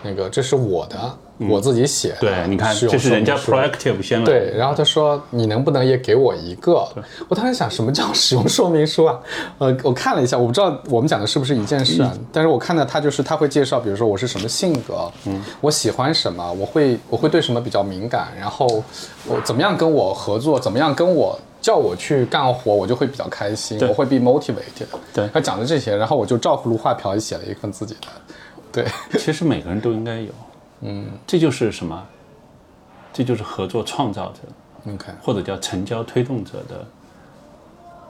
S2: 那个这是我的，我自己写的，
S1: 嗯对， 你看，
S2: 使用
S1: 这是人家
S2: 说明书
S1: proactive 先来，
S2: 对，然后他说你能不能也给我一个？我当时想什么叫使用说明书啊？呃，我看了一下，我不知道我们讲的是不是一件事啊，
S1: 嗯
S2: 但是我看到他就是他会介绍，比如说我是什么性格，嗯，我喜欢什么，我会我会对什么比较敏感，然后我怎么样跟我合作，怎么样跟我。叫我去干活，我就会比较开心，
S1: 对
S2: 我会 be motivated。
S1: 对
S2: 他讲的这些，然后我就照葫芦画瓢写了一份自己的，对，
S1: 其实每个人都应该有，嗯，这就是什么？这就是合作创造者
S2: OK
S1: 或者叫成交推动者的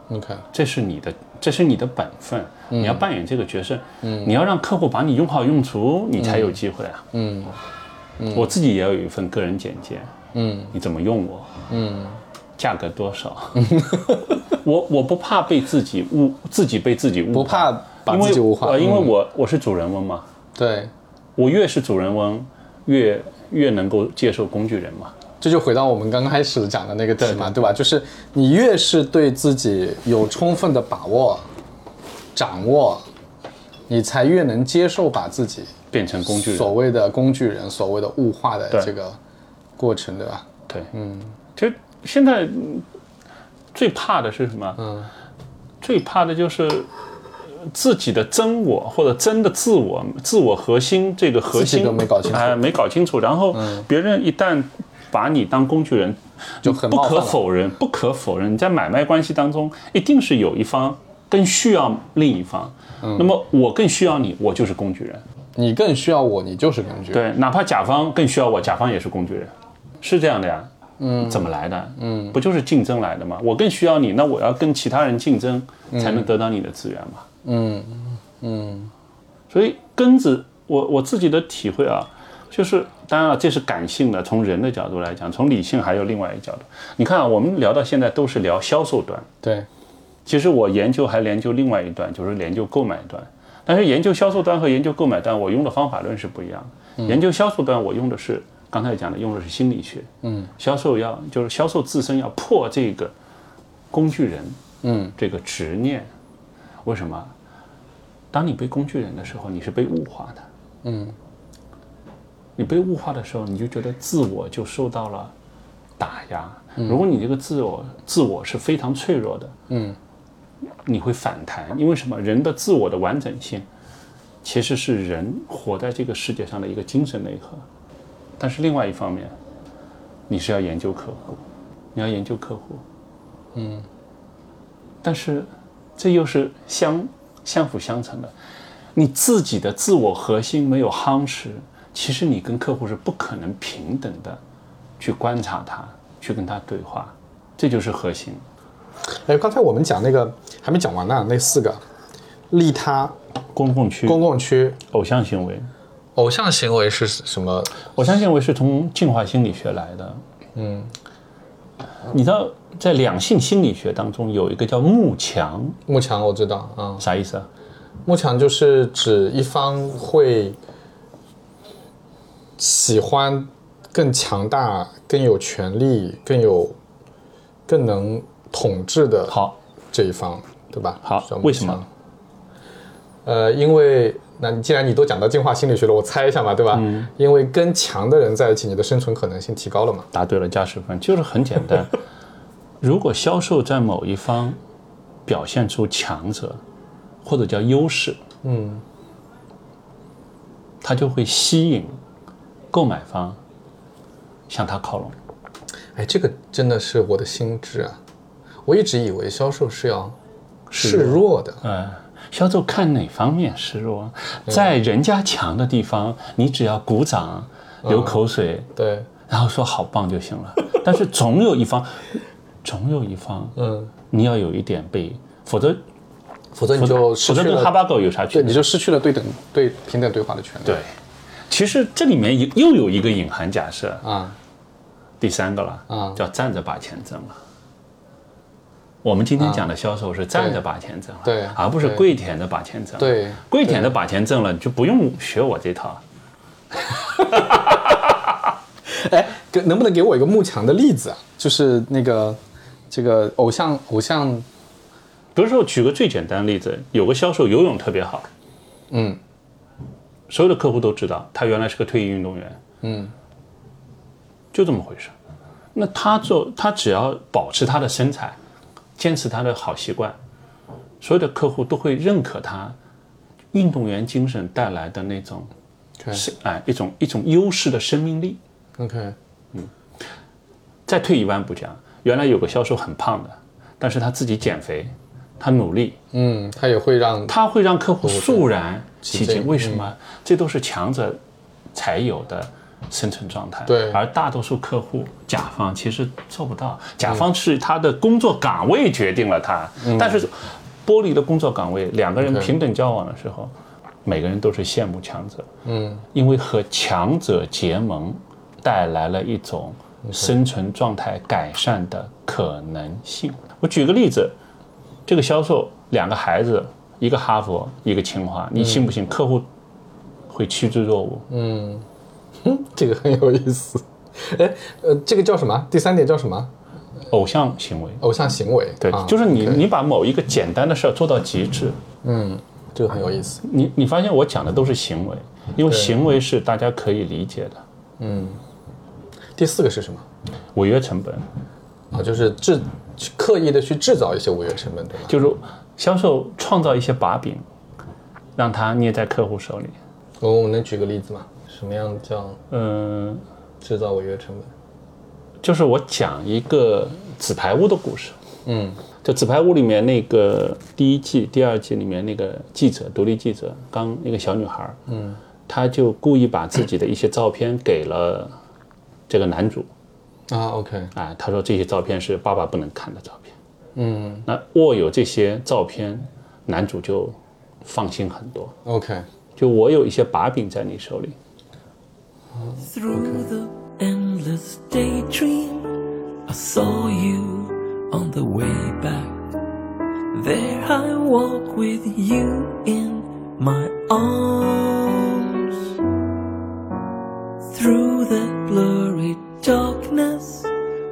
S2: OK，
S1: 这是你的，这是你的本分，
S2: 嗯
S1: 你要扮演这个角色，你要让客户把你用好用
S2: 嗯
S1: 足，你才有机会啊。嗯，我自己也有一份个人简介，
S2: 嗯
S1: 你怎么用我？嗯，价格多少？ 我我不怕被自己误，自己被自己误，
S2: 不怕把
S1: 因为
S2: 自己物化
S1: 呃因为
S2: 嗯
S1: 我我是主人翁嘛，
S2: 对，
S1: 我越是主人翁，越越能够接受工具人嘛。
S2: 这就回到我们刚开始讲的那个题嘛，对吧？就是你越是对自己有充分的把握、掌握，你才越能接受把自己
S1: 变成工具人，
S2: 所谓的工具人、所谓的物化的
S1: 对
S2: 这个过程，对吧？
S1: 对，嗯，其实现在嗯最怕的是什么？嗯，最怕的就是呃自己的真我或者真的自我、自我核心这个核
S2: 自己
S1: 心
S2: 都没搞清楚嗯
S1: 哎、没搞清楚。然后别人一旦把你当工具人，
S2: 就很
S1: 不
S2: 冒犯
S1: 可
S2: 了
S1: 否认，不可否认，你在买卖关系当中一定是有一方更需要另一方。
S2: 嗯
S1: 那么我更需要你，我就是工具人。
S2: 你更需要我，你就是工具人。
S1: 对，哪怕甲方更需要我，甲方也是工具人，是这样的呀。嗯，怎么来的？嗯，不就是竞争来的吗？我更需要你，那我要跟其他人竞争，才能得到你的资源嘛。嗯嗯，所以根子，我我自己的体会啊，就是当然了，这是感性的，从人的角度来讲，从理性还有另外一个角度。你看、啊，我们聊到现在都是聊销售端，
S2: 对
S1: 其实我研究还研究另外一段，就是研究购买端。但是研究销售端和研究购买端，我用的方法论是不一样的。研究销售端，我用的是刚才讲的，用的是心理学。嗯，销售要就是销售自身要破这个工具人，
S2: 嗯，
S1: 这个执念。为什么？当你被工具人的时候，你是被物化的。嗯，你被物化的时候，你就觉得自我就受到了打压。如果你这个自我自我是非常脆弱的，
S2: 嗯，
S1: 你会反弹，因为什么？人的自我的完整性，其实是人活在这个世界上的一个精神内核。但是另外一方面，你是要研究客户，你要研究客户，嗯，但是这又是相相辅相成的。你自己的自我核心没有夯实，其实你跟客户是不可能平等的去观察他，去跟他对话，这就是核心。
S2: 哎，刚才我们讲那个还没讲完呢，那四个利他、
S1: 公共区、
S2: 公共区、
S1: 偶像行为，
S2: 偶像行为是什么？
S1: 偶像行为是从进化心理学来的。嗯，你知道在两性心理学当中有一个叫慕强，
S2: 慕强我知道啊，
S1: 啥意思啊？
S2: 慕强就是指一方会喜欢更强大、更有权力、更有、更能统治的
S1: 好，
S2: 这一方，对吧？
S1: 好
S2: 叫慕
S1: 为什
S2: 强
S1: 么？
S2: 呃，因为那你既然你都讲到进化心理学了，我猜一下嘛，对吧？因为跟强的人在一起，你的生存可能性提高了嘛。
S1: 答对了加十分，就是很简 单。如果销售在某一方表现出强者，或者叫优势，嗯，他就会吸引购买方向他靠拢。
S2: 哎，这个真的是我的心智啊！我一直以为销售是要示弱嗯的，
S1: 呃，销售看哪方面示弱，
S2: 嗯
S1: 在人家强的地方，你只要鼓掌、流口水，
S2: 对，
S1: 然后说好棒就行了。但是总有一方，总有一方，
S2: 嗯，
S1: 你要有一点被，否则
S2: 否则你就哦失
S1: 否则
S2: 去
S1: 跟哈
S2: 了，
S1: 巴狗有啥区
S2: 对，
S1: 别？
S2: 你就失去了对等对平等对话的权利。
S1: 对，其实这里面又又有一个隐含假设，
S2: 啊，
S1: 第三个了，
S2: 啊
S1: 叫站着把钱挣了。我们今天讲的销售是站着把钱挣了，
S2: 对
S1: 而不是
S2: 对
S1: 跪舔着把钱挣了。
S2: 对
S1: 跪舔着把钱挣了，你就不用学我这套。
S2: 哎，给能不能给我一个慕强的例子啊？就是那个这个偶像偶像，
S1: 比如说，我举个最简单的例子，有个销售游泳特别好，
S2: 嗯，
S1: 所有的客户都知道他原来是个退役运动员，嗯，就这么回事。那他做，他只要保持他的身材，坚持他的好习惯，所有的客户都会认可他运动员精神带来的那种是哎一种一种优势的生命力。
S2: OK，
S1: 再退一万步讲，原来有个销售很胖的，但是他自己减肥，他努力，
S2: 嗯，他也会让
S1: 它会让客户肃然起
S2: 起
S1: 敬。
S2: 敬
S1: 为什么？这都是强者才有的生存状态。
S2: 对
S1: 而大多数客户，甲方其实做不到。甲方是他的工作岗位决定了他，但是剥离了工作岗位，两个人平等交往的时候，每个人都是羡慕强者。嗯，因为和强者结盟，带来了一种生存状态改善的可能性。我举个例子，这个销售两个孩子，一个哈佛，一个清华，你信不信？客户会趋之若鹜。
S2: 这个很有意思。哎，呃，这个叫什么？第三点叫什么？
S1: 偶像行为，
S2: 偶像行为。
S1: 对，
S2: 啊
S1: 就是你你把某一个简单的事儿做到极致，
S2: 这个很有意思。
S1: 你你发现我讲的都是行为，因为行为是大家可以理解的，
S2: 第四个是什么？
S1: 违约成本
S2: 啊，就是制去刻意的去制造一些违约成本，对吧？
S1: 就是销售创造一些把柄，让他捏在客户手里。
S2: 我我能举个例子吗？什么样叫
S1: 嗯、
S2: 制造违约成本？
S1: 就是我讲一个纸牌屋的故事。嗯，就纸牌屋里面那个第一季、第二季里面那个记者，独立记者，刚那个小女孩，嗯，她就故意把自己的一些照片给了这个男主，
S2: 啊，OK，
S1: 啊，她说这些照片是爸爸不能看的照片。嗯，那握有这些照片，男主就放心很多。
S2: OK，
S1: 就我有一些把柄在你手里，
S4: Through the endless daydream, I saw you on the way back. There I walk with you in my arms. Through that blurry darkness,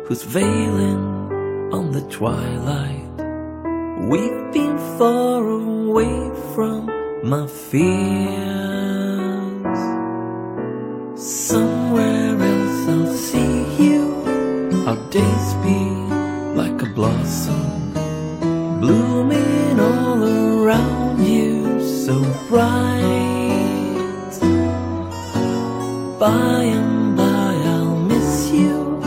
S4: who's veiling on the twilight. We've been far away from my fears. Somewhere else I'll see you. I'll days be like a blossom blooming all around you so bright by and by I'll miss you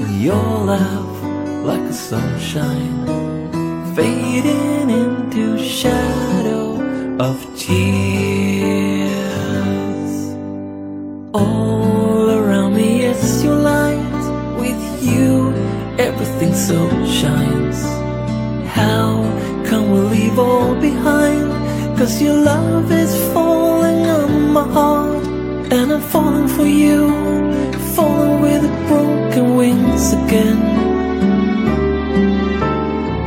S4: and your laugh like a sunshine fading into shadow of tears all around me is your light. With you, everything so shines. How can we leave all behind? Cause your love is falling on my heart. And I'm falling for you, falling with broken wings again.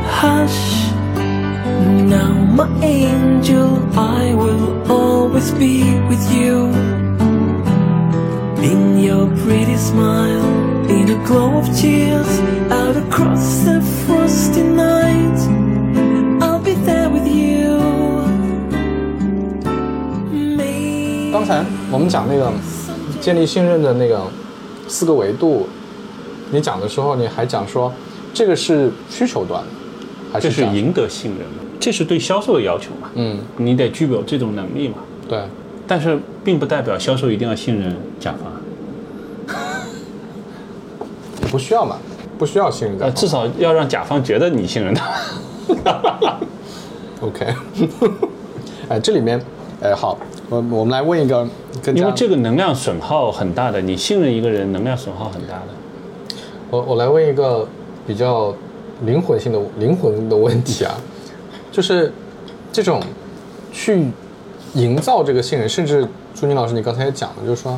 S4: Hush, now my angel, I will always be with you. In your pretty smile, in a glow of tears, out across the frosty night, I'll be there with you. Maybe
S2: 刚才我们讲那个建立信任的那个四个维度，你讲的时候，你还讲说这个是需求端，还
S1: 这
S2: 是
S1: 是
S2: 讲
S1: 赢得信任嘛，这是对销售的要求嘛，
S2: 嗯，
S1: 你得具有这种能力嘛。
S2: 对，
S1: 但是并不代表销售一定要信任甲方，
S2: 也不需要嘛，不需要信任
S1: 呃，
S2: 感。
S1: 至少要让甲方觉得你信任他。
S2: OK，哎，这里面，哎，好，我我们来问一个更加，
S1: 因为这个能量损耗很大的，你信任一个人能量损耗很大的。
S2: 我我来问一个比较灵魂性的灵魂的问题啊，就是这种去营造这个信任，甚至朱军老师你刚才也讲了，就是说，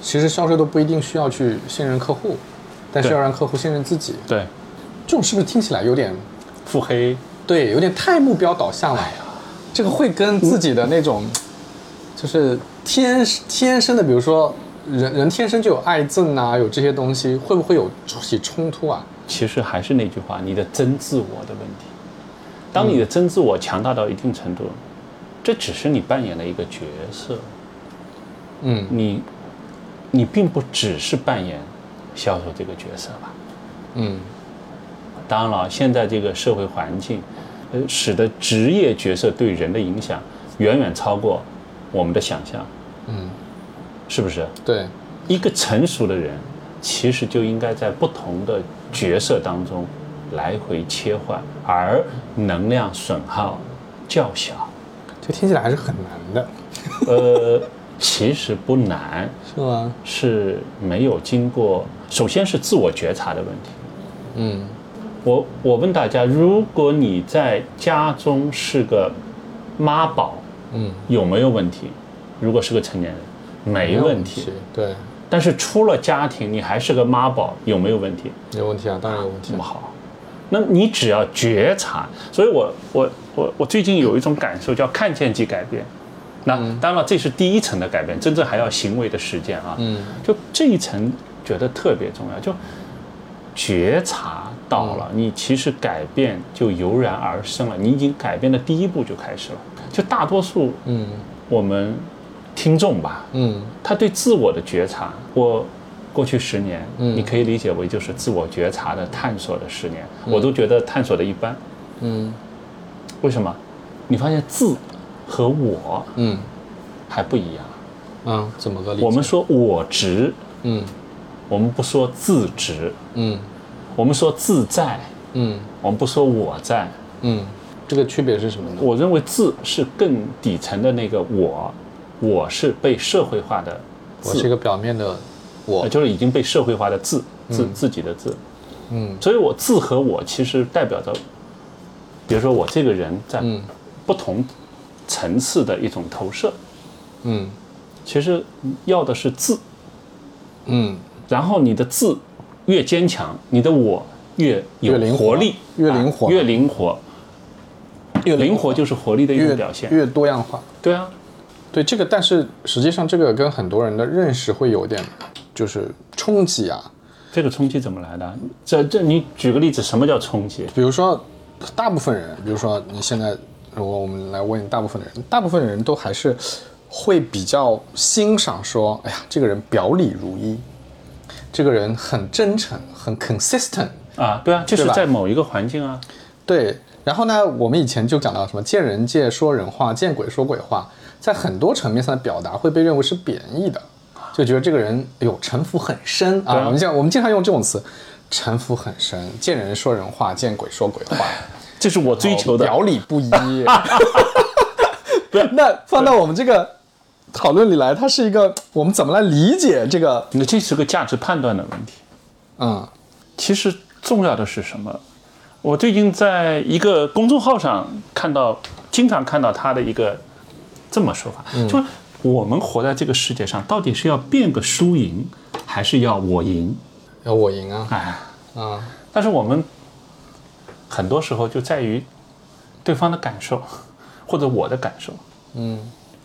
S2: 其实销售都不一定需要去信任客户，但是
S1: 对
S2: 要让客户信任自己，
S1: 对，
S2: 这种是不是听起来有点
S1: 腹黑，
S2: 对，有点太目标导向了呀？这个会跟自己的那种，就是天天生的，比如说人人天生就有爱憎啊，有这些东西，会不会有起冲突啊？
S1: 其实还是那句话，你的真自我的问题。当你的真自我强大到一定程度，这只是你扮演的一个角色，
S2: 嗯。
S1: 你你并不只是扮演销售这个角色吧？
S2: 嗯
S1: 当然了，现在这个社会环境，呃，使得职业角色对人的影响远远超过我们的想象，
S2: 嗯，
S1: 是不是？
S2: 对，
S1: 一个成熟的人，其实就应该在不同的角色当中来回切换，而能量损耗较小。
S2: 这听起来还是很难的，
S1: 呃，其实不难，
S2: 是吗？
S1: 是没有经过，首先是自我觉察的问题。
S2: 嗯
S1: 我我问大家，如果你在家中是个妈宝，
S2: 嗯，
S1: 有没有问题？如果是个成年人，没问题。，
S2: 对，
S1: 但是出了家庭，你还是个妈宝，有没有问题？
S2: 有问题啊，当然有问题
S1: 不。好。那你只要觉察，所以我我我我最近有一种感受叫看见即改变。那
S2: 嗯
S1: 当然了，这是第一层的改变，真正还要行为的实践啊。
S2: 嗯
S1: 就这一层觉得特别重要，就觉察到了，
S2: 嗯
S1: 你其实改变就油然而生了，你已经改变的第一步就开始了。就大多数
S2: 嗯
S1: 我们听众吧，
S2: 嗯
S1: 他对自我的觉察，我过去十年，
S2: 嗯
S1: 你可以理解为就是自我觉察的探索的十年，我都觉得探索的一般。
S2: 嗯
S1: 为什么？你发现自和我
S2: 嗯
S1: 还不一样。
S2: 啊，怎么个理解？
S1: 我们说我值，
S2: 嗯
S1: 我们不说自值，
S2: 嗯
S1: 我们说自在，
S2: 嗯
S1: 我们不说我在。
S2: 嗯，这个区别是什么呢？
S1: 我认为自是更底层的那个我，我是被社会化的
S2: 我
S1: 自，
S2: 是一个表面的我
S1: 呃，就是已经被社会化的自自、自己的自。
S2: 嗯
S1: 所以我自和我其实代表着，比如说我这个人在
S2: 嗯
S1: 不同层次的一种投射，
S2: 嗯
S1: 其实要的是自，
S2: 嗯，
S1: 然后你的自越坚强，你的我越有
S2: 越灵活
S1: 活力，
S2: 越灵活
S1: 啊越灵活，
S2: 越
S1: 灵活就是活力的一
S2: 越
S1: 种表现。
S2: 越多样化。
S1: 对啊，
S2: 对这个，但是实际上这个跟很多人的认识会有点就是冲击啊。
S1: 这个冲击怎么来的？这这，你举个例子，什么叫冲击？
S2: 比如说，大部分人，比如说你现在，如果我们来问大部分的人，大部分人都还是会比较欣赏说，哎呀，这个人表里如一，这个人很真诚，很 consistent。
S1: 啊，对啊，就是
S2: 对吧
S1: 在某一个环境啊，
S2: 对，然后呢，我们以前就讲到什么见人界说人话，见鬼说鬼话，在很多层面上的表达会被认为是贬义的，就觉得这个人哎呦城府很深啊。
S1: 对啊
S2: 我们讲，我们经常用这种词，城府很深，见人说人话，见鬼说鬼话，
S1: 这是我追求的。
S2: 哦表里 不一。那放到我们这个讨论里来，它是一个我们怎么来理解这个？
S1: 那这是个价值判断的问题。
S2: 嗯，
S1: 其实重要的是什么？我最近在一个公众号上看到，经常看到他的一个这么说法，
S2: 嗯
S1: 就是我们活在这个世界上，到底是要变个输赢，还是要我赢？
S2: 要我赢啊，
S1: 哎，
S2: 啊，
S1: 但是我们很多时候就在于对方的感受，或者我的感受。嗯，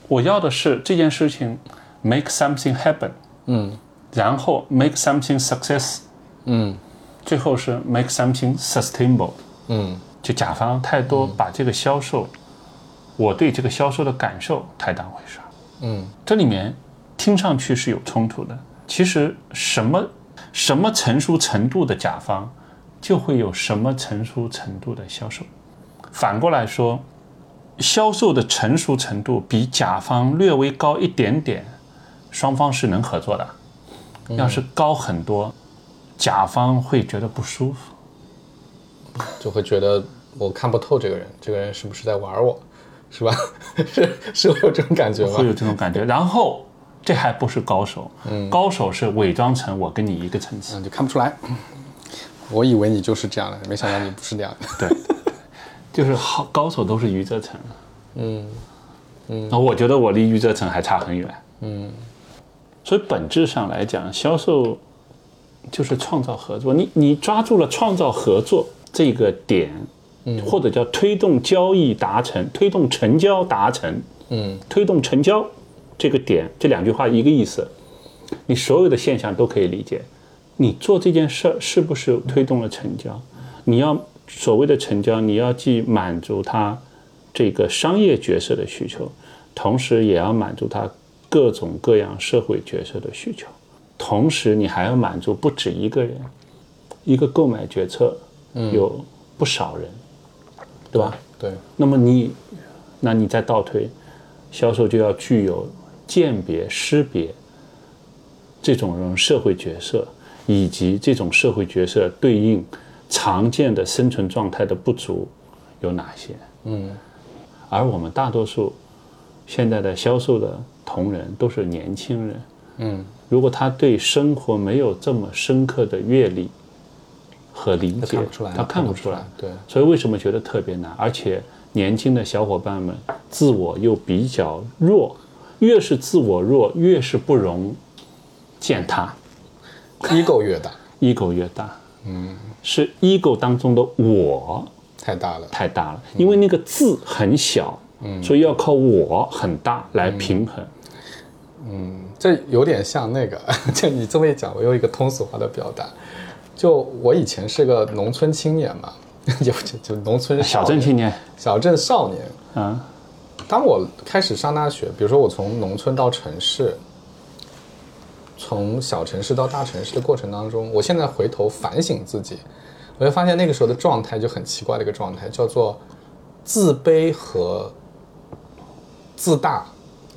S1: 我要的是这件事情 make something happen，
S2: 嗯
S1: 然后 make something success，
S2: 嗯
S1: 最后是 make something sustainable。
S2: 嗯
S1: 就甲方太多把这个销售，我对这个销售的感受太当回事儿。
S2: 嗯，
S1: 这里面听上去是有冲突的，其实什么什么成熟程度的甲方，就会有什么成熟程度的销售。反过来说，销售的成熟程度比甲方略微高一点点，双方是能合作的。要是高很多，甲方会觉得不舒服。
S2: 就会觉得我看不透这个人，这个人是不是在玩我，是吧？ 是是会有这种感觉
S1: 会有
S2: 吗？
S1: 这种感觉。然后这还不是高手，高手是伪装成我跟你一个层次。
S2: 嗯，就看不出来。我以为你就是这样的，没想到你不是这样的。
S1: 对，就是好高手都是余则成。嗯，那我觉得我离余则成还差很远。嗯，所以本质上来讲，销售就是创造合作。你你抓住了创造合作这个点，嗯，或者叫推动交易达成、推动成交达成、
S2: 嗯
S1: 推动成交这个点，这两句话一个意思。你所有的现象都可以理解，你做这件事儿是不是推动了成交？你要所谓的成交，你要既满足他这个商业角色的需求，同时也要满足他各种各样社会角色的需求，同时你还要满足不止一个人，一个购买决策有不少人，对吧？
S2: 对，
S1: 那么你，那你再倒推，销售就要具有鉴别、识别这种人社会角色，以及这种社会角色对应常见的生存状态的不足有哪些？嗯，而我们大多数现在的销售的同仁都是年轻人，
S2: 嗯，
S1: 如果他对生活没有这么深刻的阅历和理
S2: 他
S1: 解，
S2: 看不出来，
S1: 他看
S2: 不
S1: 不出来。
S2: 对，
S1: 所以为什么觉得特别难？而且年轻的小伙伴们自我又比较弱，越是自我弱，越是不容践踏
S2: ，ego 越大，
S1: ，ego 越大。嗯，是 ego 当中的我
S2: 太大了。
S1: 太大了，因为那个字很小，所以要靠我很大来平衡。
S2: 这有点像那个， 就你这么一讲，我有一个通俗化的表达。就我以前是个农村青年嘛， 有就就农村少
S1: 小镇
S2: 年
S1: 青年
S2: 小镇少年。
S1: 啊，
S2: 当我开始上大学，比如说我从农村到城市，从小城市到大城市的过程当中，我现在回头反省自己，我就发现那个时候的状态就很奇怪的一个状态，叫做自卑和自大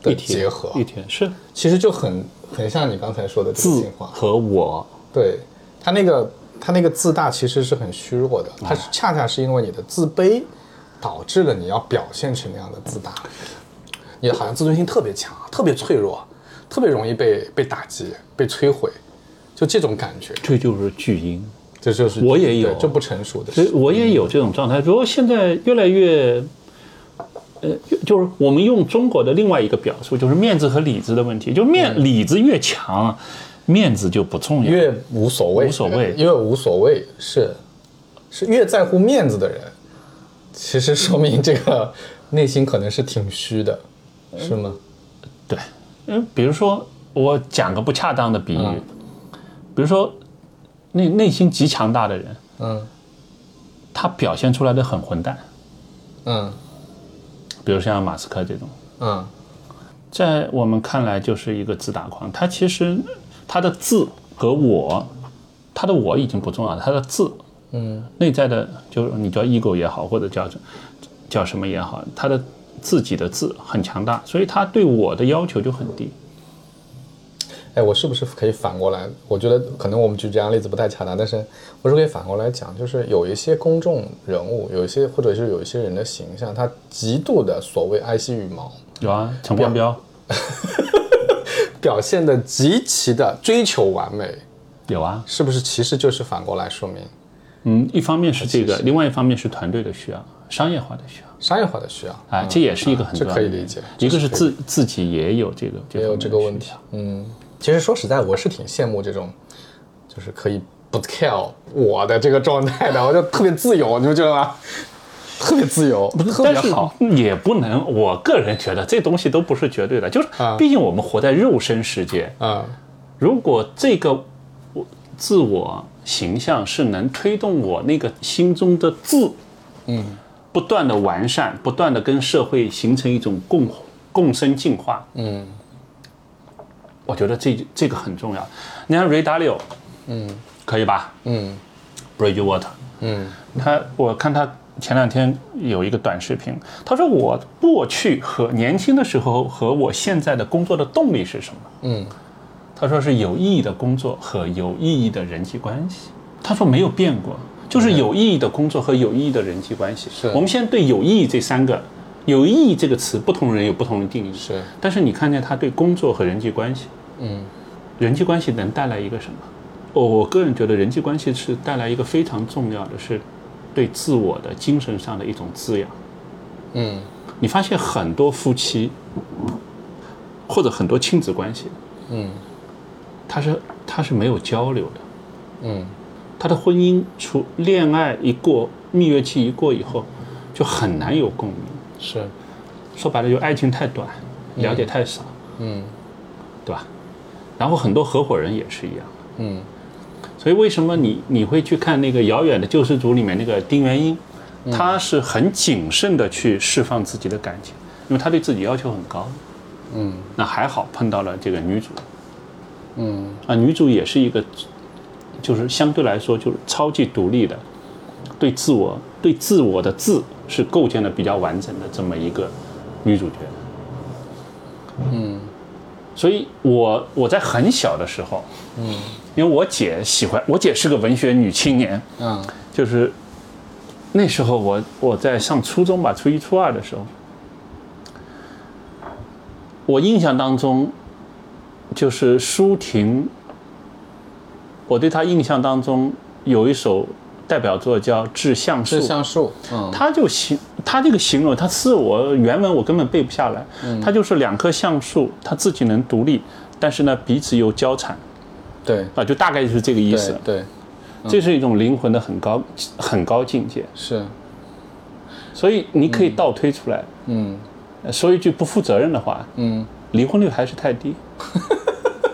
S2: 的
S1: 一体
S2: 结合，
S1: 一体是
S2: 其实就很很像你刚才说的这个
S1: 字
S2: 情况。
S1: 和我
S2: 对他那个他那个自大其实是很虚弱的，
S1: 哦
S2: 他恰恰是因为你的自卑导致了你要表现成那样的自大，你好像自尊心特别强，特别脆弱，特别容易被被打击、被摧毁，就这种感觉，
S1: 这就是巨婴。
S2: 这就是
S1: 我也有
S2: 对这不成熟的
S1: 所以
S2: 事，
S1: 我也有这种状态。不过现在越来越，呃，就是我们用中国的另外一个表述，就是面子和里子的问题。就面、里子越强，面子就不重要。
S2: 嗯越无所谓，
S1: 无所谓
S2: 越无所谓是是越在乎面子的人，其实说明这个内心可能是挺虚的，
S1: 嗯
S2: 是吗？
S1: 对，嗯，比如说我讲个不恰当的比喻，
S2: 嗯
S1: 比如说那内心极强大的人，
S2: 嗯
S1: 他表现出来的很混蛋，
S2: 嗯
S1: 比如像马斯克这种，
S2: 嗯
S1: 在我们看来就是一个自大狂。他其实他的自和我，他的我已经不重要了，他的字，嗯，内在的就是你叫 ego 也好，或者叫叫什么也好，他的自己的字很强大，所以他对我的要求就很低。
S2: 哎，我是不是可以反过来？我觉得可能我们举这样的例子不太恰当，但是我是可以反过来讲，就是有一些公众人物，有一些或者是有一些人的形象，他极度的所谓爱惜羽毛，
S1: 有啊，陈光标
S2: 表现的极其的追求完美，
S1: 有啊，
S2: 是不是？其实就是反过来说明
S1: 嗯，一方面是这个，另外一方面是团队的需要，商业化的需要，
S2: 商业化的需要，
S1: 哎，这也是一个很
S2: 这
S1: 重要的
S2: 可以
S1: 原因
S2: 理解
S1: 一个是自自己也有这个，
S2: 也有
S1: 这方
S2: 这个
S1: 面的
S2: 问
S1: 需
S2: 题
S1: 要。
S2: 嗯，其实说实在，我是挺羡慕这种，就是可以不 care 我的这个状态的，我就特别自由，你不觉得吗？ 特别自由，特别
S1: 但是
S2: 好。
S1: 也不能，我个人觉得这东西都不是绝对的，就是
S2: 啊
S1: 毕竟我们活在肉身世界，
S2: 嗯，
S1: 如果这个我自我形象是能推动我那个心中的自，嗯，不断的完善，不断的跟社会形成一种共共生进化，嗯，我觉得这这个很重要。你看 Ray Dalio，嗯，可以吧？嗯，Bridgewater，嗯，他我看他。前两天有一个短视频，他说我过去和年轻的时候和我现在的工作的动力是什么？他说是有意义的工作和有意义的人际关系。他说没有变过，就是有意义的工作和有意义的人际关系。
S2: 是
S1: 我们现在对有意义这三个“有意义”这个词，不同人有不同的定义。
S2: 是
S1: 但是你看见他对工作和人际关系，
S2: 嗯，
S1: 人际关系能带来一个什么？我我个人觉得人际关系是带来一个非常重要的是对自我的精神上的一种滋养。
S2: 嗯，
S1: 你发现很多夫妻或者很多亲子关系，
S2: 嗯，
S1: 他是他是没有交流的，
S2: 嗯，
S1: 他的婚姻除恋爱一过蜜月期一过以后，就很难有共鸣。
S2: 是，
S1: 说白了，就爱情太短，了解太少，
S2: 嗯
S1: 对吧？然后很多合伙人也是一样。
S2: 嗯
S1: 所以为什么你你会去看那个《遥远的救世主》里面那个丁元英，
S2: 嗯
S1: 他是很谨慎的去释放自己的感情，因为他对自己要求很高。
S2: 嗯，
S1: 那还好碰到了这个女主。嗯，啊，女主也是一个，就是相对来说就是超级独立的，对自我对自我的自是构建的比较完整的这么一个女主角。嗯，所以我我在很小的时候，因为我姐喜欢，我姐是个文学女青年，
S2: 嗯
S1: 就是那时候我我在上初中吧，初一初二的时候，我印象当中就是舒婷，我对她印象当中有一首代表作叫《致橡树
S2: 是》，橡树，嗯
S1: 他就形他这个形容，他是我原文我根本背不下来，
S2: 嗯
S1: 他就是两棵橡树，它自己能独立，但是呢彼此又交缠。
S2: 对
S1: 啊，就大概就是这个意思
S2: 对。嗯对
S1: 这是一种灵魂的很高很高境界，
S2: 是，
S1: 所以你可以倒推出来。
S2: 嗯
S1: 呃说一句不负责任的话，
S2: 嗯
S1: 离婚率还是太低。 哎，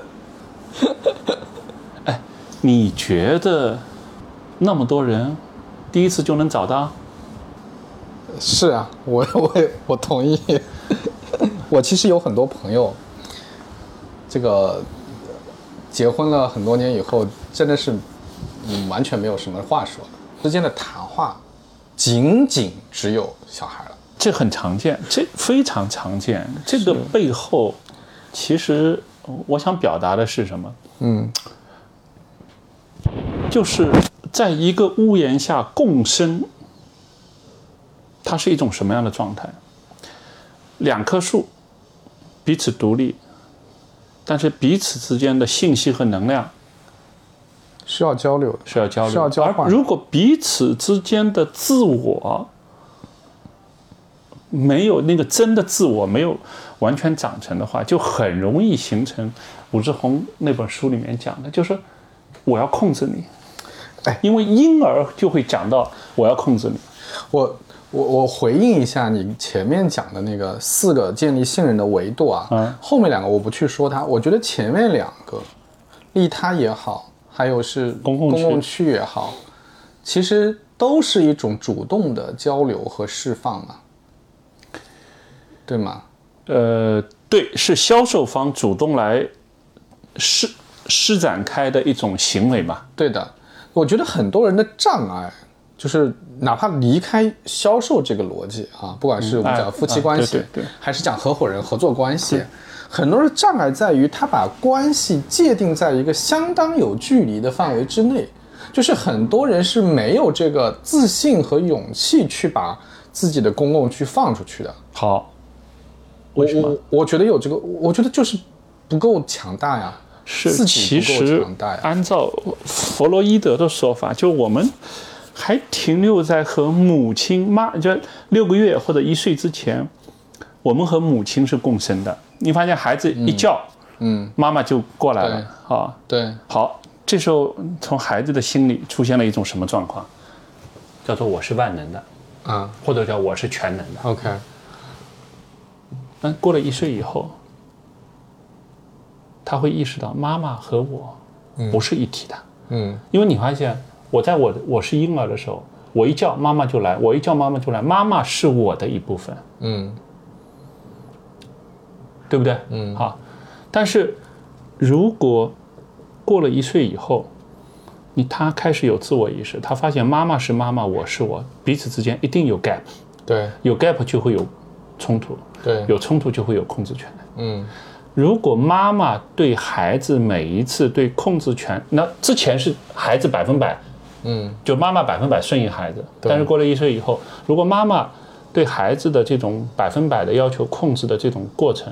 S1: 你觉得那么多人第一次就能找到？
S2: 是啊，我 我也我同意。我其实有很多朋友，这个结婚了很多年以后，真的是嗯完全没有什么话说的，之间的谈话仅仅只有小孩了。
S1: 这很常见，这非常常见。这个背后，其实我想表达的是什么？
S2: 嗯，
S1: 就是在一个屋檐下共生，它是一种什么样的状态？两棵树彼此独立，但是彼此之间的信息和能量
S2: 需要交流的，
S1: 是要交流，
S2: 是要交换
S1: 而如果彼此之间的自我没有那个真的自我没有完全长成的话，就很容易形成武志红那本书里面讲的，就是我要控制你。
S2: 哎
S1: 因为婴儿就会讲到我要控制你，
S2: 我我我回应一下你前面讲的那个四个建立信任的维度啊，
S1: 嗯
S2: 后面两个我不去说它，我觉得前面两个，利他也好，还有是
S1: 公共区
S2: 区也好，其实都是一种主动的交流和释放嘛，对吗？
S1: 呃，对，是销售方主动来是施展开的一种行为吧。
S2: 对的，我觉得很多人的障碍就是哪怕离开销售这个逻辑啊，不管是我们讲夫妻关
S1: 嗯
S2: 系，
S1: 哎啊对对对
S2: 还是讲合伙人合作关系，很多人的障碍在于他把关系界定在一个相当有距离的范围之内，就是很多人是没有这个自信和勇气去把自己的公共去放出去的。
S1: 好，
S2: 我我我觉得有这个，我我觉得就是不够强大呀，
S1: 是
S2: 自
S1: 其
S2: 己不够
S1: 实
S2: 强大呀。
S1: 按照弗洛伊德的说法，就我们还停留在和母亲妈，就六个月或者一岁之前，我们和母亲是共生的。你发现孩子一叫，
S2: 嗯，
S1: 妈妈就过来了啊。
S2: 对，
S1: 好，这时候从孩子的心里出现了一种什么状况？叫做我是万能的，
S2: 啊
S1: 或者叫我是全能的。
S2: ，OK，
S1: 但过了一岁以后，他会意识到妈妈和我不是一体的，
S2: 嗯
S1: 因为你发现我在我的我是婴儿的时候，我一叫妈妈就来，我一叫妈妈就来，妈妈是我的一部分，
S2: 嗯
S1: 对不对？嗯，好。但是如果过了一岁以后，你他开始有自我意识，他发现妈妈是妈妈，我是我，彼此之间一定有 gap，
S2: 对
S1: 有 gap 就会有冲突，
S2: 对，
S1: 有冲突就会有控制权。
S2: 嗯
S1: 如果妈妈对孩子每一次对控制权，那之前是孩子百分百，
S2: 嗯
S1: 就妈妈百分百顺应孩子，
S2: 对
S1: 但是过了一岁以后，如果妈妈对孩子的这种百分百的要求控制的这种过程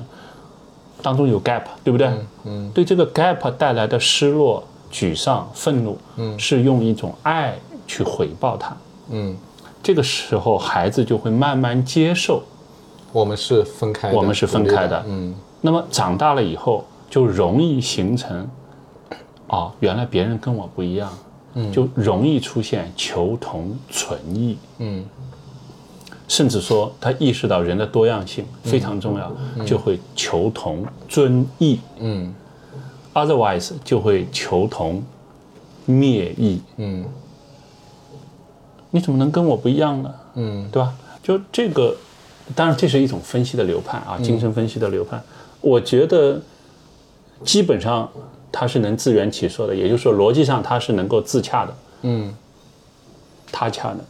S1: 当中有 gap，对不对？
S2: 嗯
S1: 对这个 gap 带来的失落、沮丧、愤怒，
S2: 嗯
S1: 是用一种爱去回报他。
S2: 嗯，
S1: 这个时候，孩子就会慢慢接受
S2: 我们是分开的，
S1: 我们是分开的
S2: 独立嗯
S1: 那么长大了以后，就容易形成，哦，原来别人跟我不一样，就容易出现求同存异，
S2: 嗯
S1: 甚至说他意识到人的多样性
S2: 嗯
S1: 非常重要，就会求同尊异
S2: 嗯
S1: ，otherwise 就会求同灭异。
S2: 嗯
S1: 你怎么能跟我不一样呢？
S2: 嗯
S1: 对吧？就这个，当然这是一种分析的流派
S2: 嗯
S1: 啊，精神分析的流派。我觉得基本上它是能自圆其说的，也就是说逻辑上它是能够自洽的、
S2: 嗯
S1: 他洽的，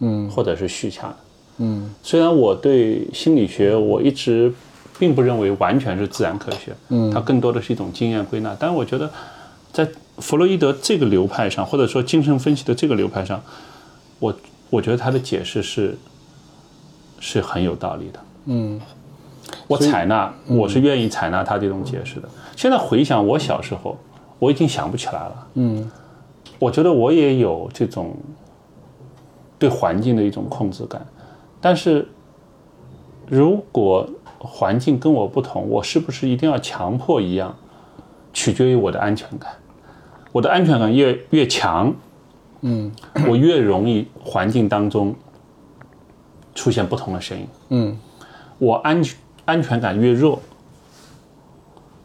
S2: 嗯
S1: 或者是续洽的。
S2: 嗯
S1: 虽然我对心理学我一直并不认为完全是自然科学，嗯，它更多的是一种经验归纳，但我觉得在弗洛伊德这个流派上，或者说精神分析的这个流派上，我我觉得他的解释是是很有道理的，
S2: 嗯，
S1: 我采纳，我是愿意采纳他这种解释的。现在回想我小时候，我已经想不起来了，
S2: 嗯，
S1: 我觉得我也有这种对环境的一种控制感，但是如果环境跟我不同，我是不是一定要强迫一样？取决于我的安全感，我的安全感越越强，嗯，我越容易环境当中出现不同的声音，
S2: 嗯，
S1: 我安全安全感越弱，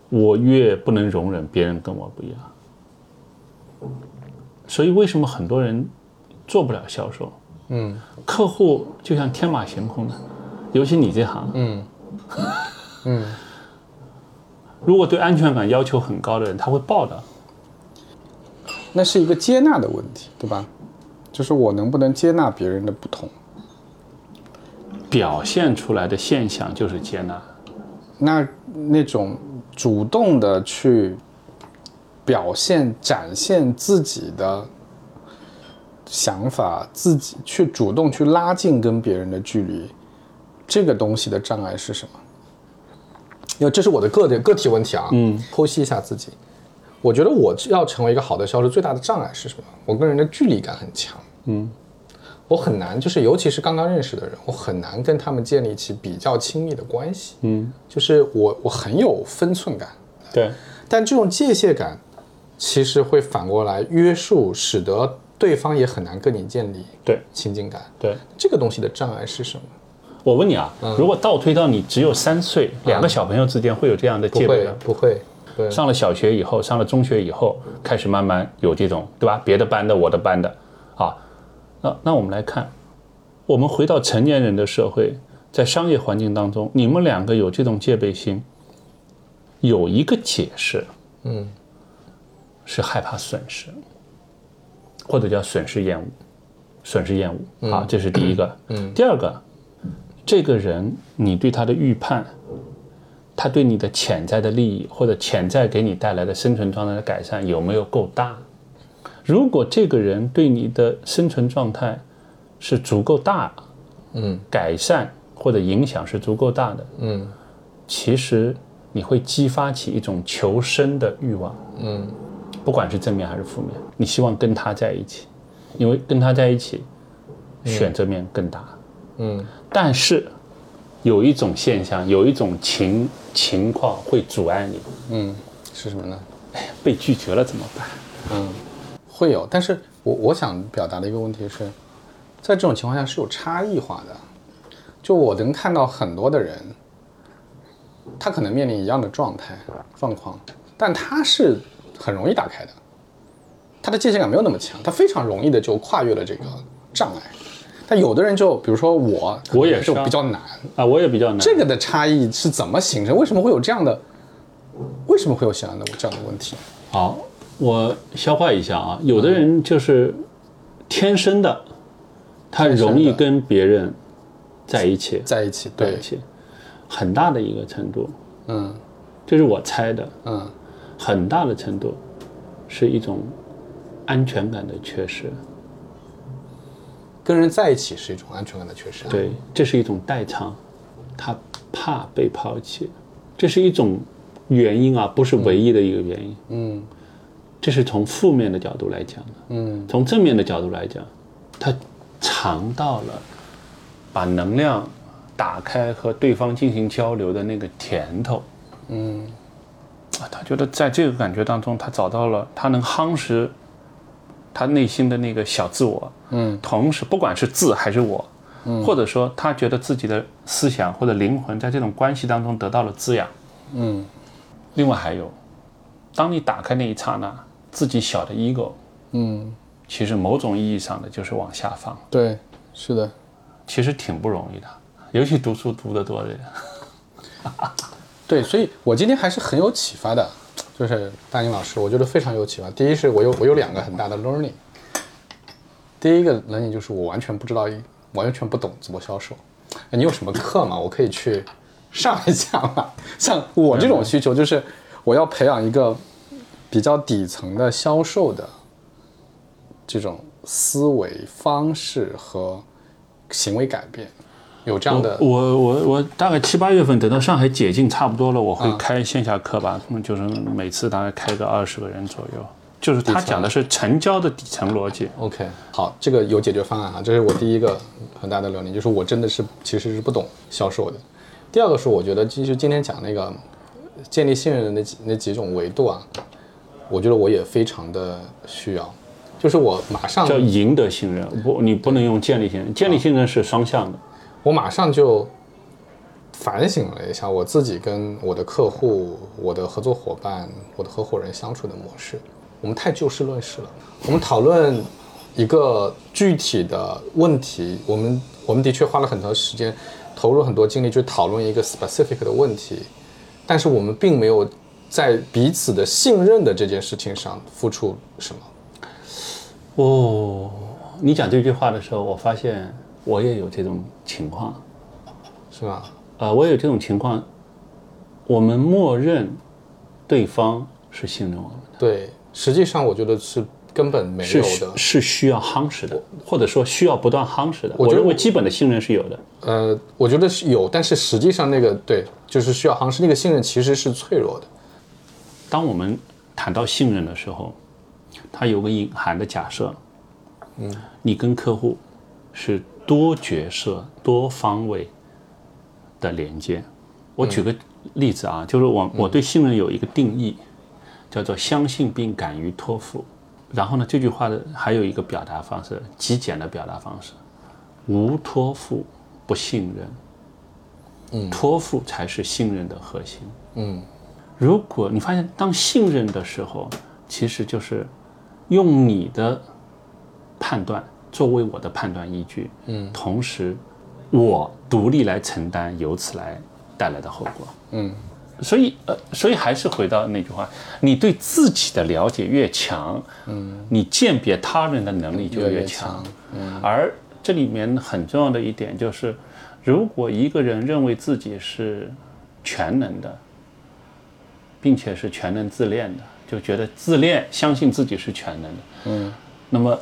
S1: 我越不能容忍别人跟我不一样。所以为什么很多人做不了销售？
S2: 嗯，
S1: 客户就像天马行空的，尤其你这行，
S2: 嗯，嗯，
S1: 如果对安全感要求很高的人，他会爆的。
S2: 那是一个接纳的问题，对吧？就是我能不能接纳别人的不同？
S1: 表现出来的现象就是接纳，
S2: 那那种主动的去表现、展现自己的想法，自己去主动去拉近跟别人的距离，这个东西的障碍是什么？因为这是我的个人个体问题啊，嗯，剖析一下自己。我觉得我要成为一个好的销售，最大的障碍是什么？我跟人的距离感很强，嗯，我很难，就是尤其是刚刚认识的人，我很难跟他们建立起比较亲密的关系，嗯，就是我我很有分寸感，
S1: 对，
S2: 但这种界限感其实会反过来约束，使得对方也很难跟你建立
S1: 对，
S2: 亲近感。
S1: 对。
S2: 这个东西的障碍是什么？
S1: 我问你啊，
S2: 嗯
S1: 如果倒推到你只有三岁，两个小朋友之间会有这样的
S2: 不
S1: 戒备
S2: 会
S1: 吗？，
S2: 不会，对，
S1: 上了小学以后，上了中学以后，开始慢慢有这种，对吧？别的班的，我的班的，啊，那那我们来看，我们回到成年人的社会，在商业环境当中，你们两个有这种戒备心，有一个解释，
S2: 嗯，
S1: 是害怕损失，或者叫损失厌恶，损失厌恶、啊，这是第一个。嗯，第二个，这个人你对他的预判，他对你的潜在的利益或者潜在给你带来的生存状态的改善有没有够大？如果这个人对你的生存状态是足够大，
S2: 嗯，
S1: 改善或者影响是足够大的，
S2: 嗯，
S1: 其实你会激发起一种求生的欲望，嗯，不管是正面还是负面，你希望跟他在一起，因为跟他在一起，选择面更大，
S2: 嗯，
S1: 但是有一种现象，有一种情情况会阻碍你，
S2: 是什么呢？
S1: 被拒绝了怎么办？
S2: 会有，但是我我想表达的一个问题是，在这种情况下是有差异化的。就我能看到很多的人，他可能面临一样的状态状况，但他是很容易打开的，他的界限感没有那么强，他非常容易的就跨越了这个障碍。但有的人就比如说我，
S1: 我也是
S2: 就
S1: 啊
S2: 比较难。
S1: 啊，我也比较难。
S2: 这个的差异是怎么形成？为什么会有这样的？为什么会有这样的这样的问题？
S1: 好，我消化一下啊。有的人就是天生的，他
S2: 天生的
S1: 容易跟别人在一起，
S2: 在一起，
S1: 在
S2: 对
S1: 一，起，很大的一个程度，
S2: 嗯
S1: 这是我猜的，
S2: 嗯
S1: 很大的程度是一种安全感的缺失。
S2: 跟人在一起是一种安全感的缺失、啊。，
S1: 对，这是一种代偿，他怕被抛弃，这是一种原因啊，不是唯一的一个原因。
S2: 嗯
S1: 这是从负面的角度来讲的。
S2: 嗯
S1: 从正面的角度来讲，他尝到了把能量打开和对方进行交流的那个甜头。嗯，啊，他觉得在这个感觉当中，他找到了他能夯实他内心的那个小自我。
S2: 嗯，
S1: 同时，不管是自还是我，或者说他觉得自己的思想或者灵魂在这种关系当中得到了滋养。
S2: 嗯
S1: 另外还有，当你打开那一刹那，自己小的 ego
S2: 嗯，
S1: 其实某种意义上的就是往下放，
S2: 对，是的。
S1: 其实挺不容易的，尤其读书读得多的人。
S2: 对，所以我今天还是很有启发的，就是大宁老师，我觉得非常有启发。第一是我有我有两个很大的 learning，第一个 learning 就是我完全不知道，完全不懂怎么销售。哎，你有什么课吗？我可以去上一下吗？ 像我这种需求，就是我要培养一个比较底层的销售的这种思维方式和行为改变，有 这样的
S1: 我我我大概七八月份等到上海解禁差不多了，我会开线下课吧，嗯就是每次大概开个二十个人左右。就是他讲的是成交的底层逻辑，
S2: OK，好，这个有解决方案啊，这是我第一个很大的留念，就是我真的是其实是不懂销售的。第二个是我觉得就是今天讲那个建立信任的那几那几种维度啊，我觉得我也非常的需要，就是我马上
S1: 叫赢得信任，不，你不能用建立信任，建立信任是双向的。
S2: 我马上就反省了一下我自己跟我的客户、我的合作伙伴、我的合伙人相处的模式。我们太就事论事了，我们讨论一个具体的问题，我们我们的确花了很多时间，投入很多精力去讨论一个 specific 的问题，但是我们并没有在彼此的信任的这件事情上付出什么。
S1: 哦，你讲这句话的时候，我发现我也有这种情况。
S2: 是吧？
S1: 啊，我有这种情况，我们默认对方是信任我们的，
S2: 对，实际上我觉得是根本没有
S1: 是需
S2: 的。
S1: 是需要夯实的，或者说需要不断夯实的。
S2: 我
S1: 我
S2: 觉得
S1: 认为
S2: 我
S1: 基本的信任是有的。
S2: 呃，我觉得是有，但是实际上那个对，就是需要行是那个信任其实是脆弱的。
S1: 当我们谈到信任的时候，它有个隐含的假设，嗯，你跟客户是多角色、多方位的连接。我举个例子啊，就是我我对信任有一个定义，叫做相信并敢于托付。然后呢，这句话的还有一个表达方式，极简的表达方式，无托付不信任。嗯，托付才是信任的核心。如果你发现当信任的时候，其实就是用你的判断作为我的判断依据，嗯，同时我独立来承担由此来带来的后果，嗯，所以呃，所以还是回到那句话，你对自己的了解越强，嗯，你鉴别他人的能力就
S2: 越来
S1: 越
S2: 越
S1: 强嗯
S2: 强。
S1: 而这里面很重要的一点就是，如果一个人认为自己是全能的，并且是全能自恋的，就觉得自恋相信自己是全能的，嗯，那么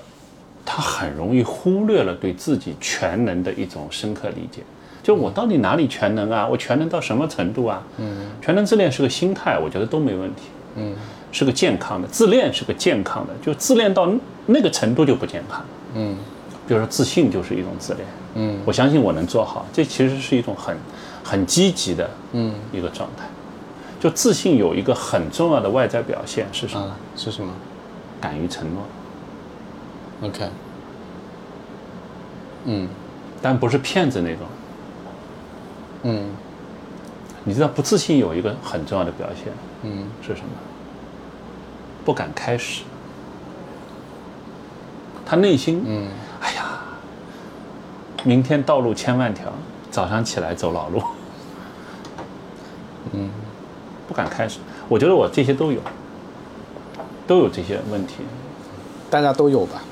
S1: 他很容易忽略了对自己全能的一种深刻理解。就我到底哪里全能啊？我全能到什么程度啊？嗯，全能自恋是个心态，我觉得都没问题。嗯，是个健康的自恋，是个健康的，就自恋到那个程度就不健康。比如说自信就是一种自恋，嗯，我相信我能做好，这其实是一种很很积极的，嗯，一个状态。就自信有一个很重要的外在表现是什么？
S2: 啊，是什么
S1: 敢于承诺，
S2: ？OK，
S1: 但不是骗子那种。
S2: 嗯，
S1: 你知道不自信有一个很重要的表现，嗯，是什么？不敢开始。他内心，嗯，哎呀，明天道路千万条，早上起来走老路，嗯，不敢开始。我觉得我这些都有，都有这些问题，
S2: 大家都有吧？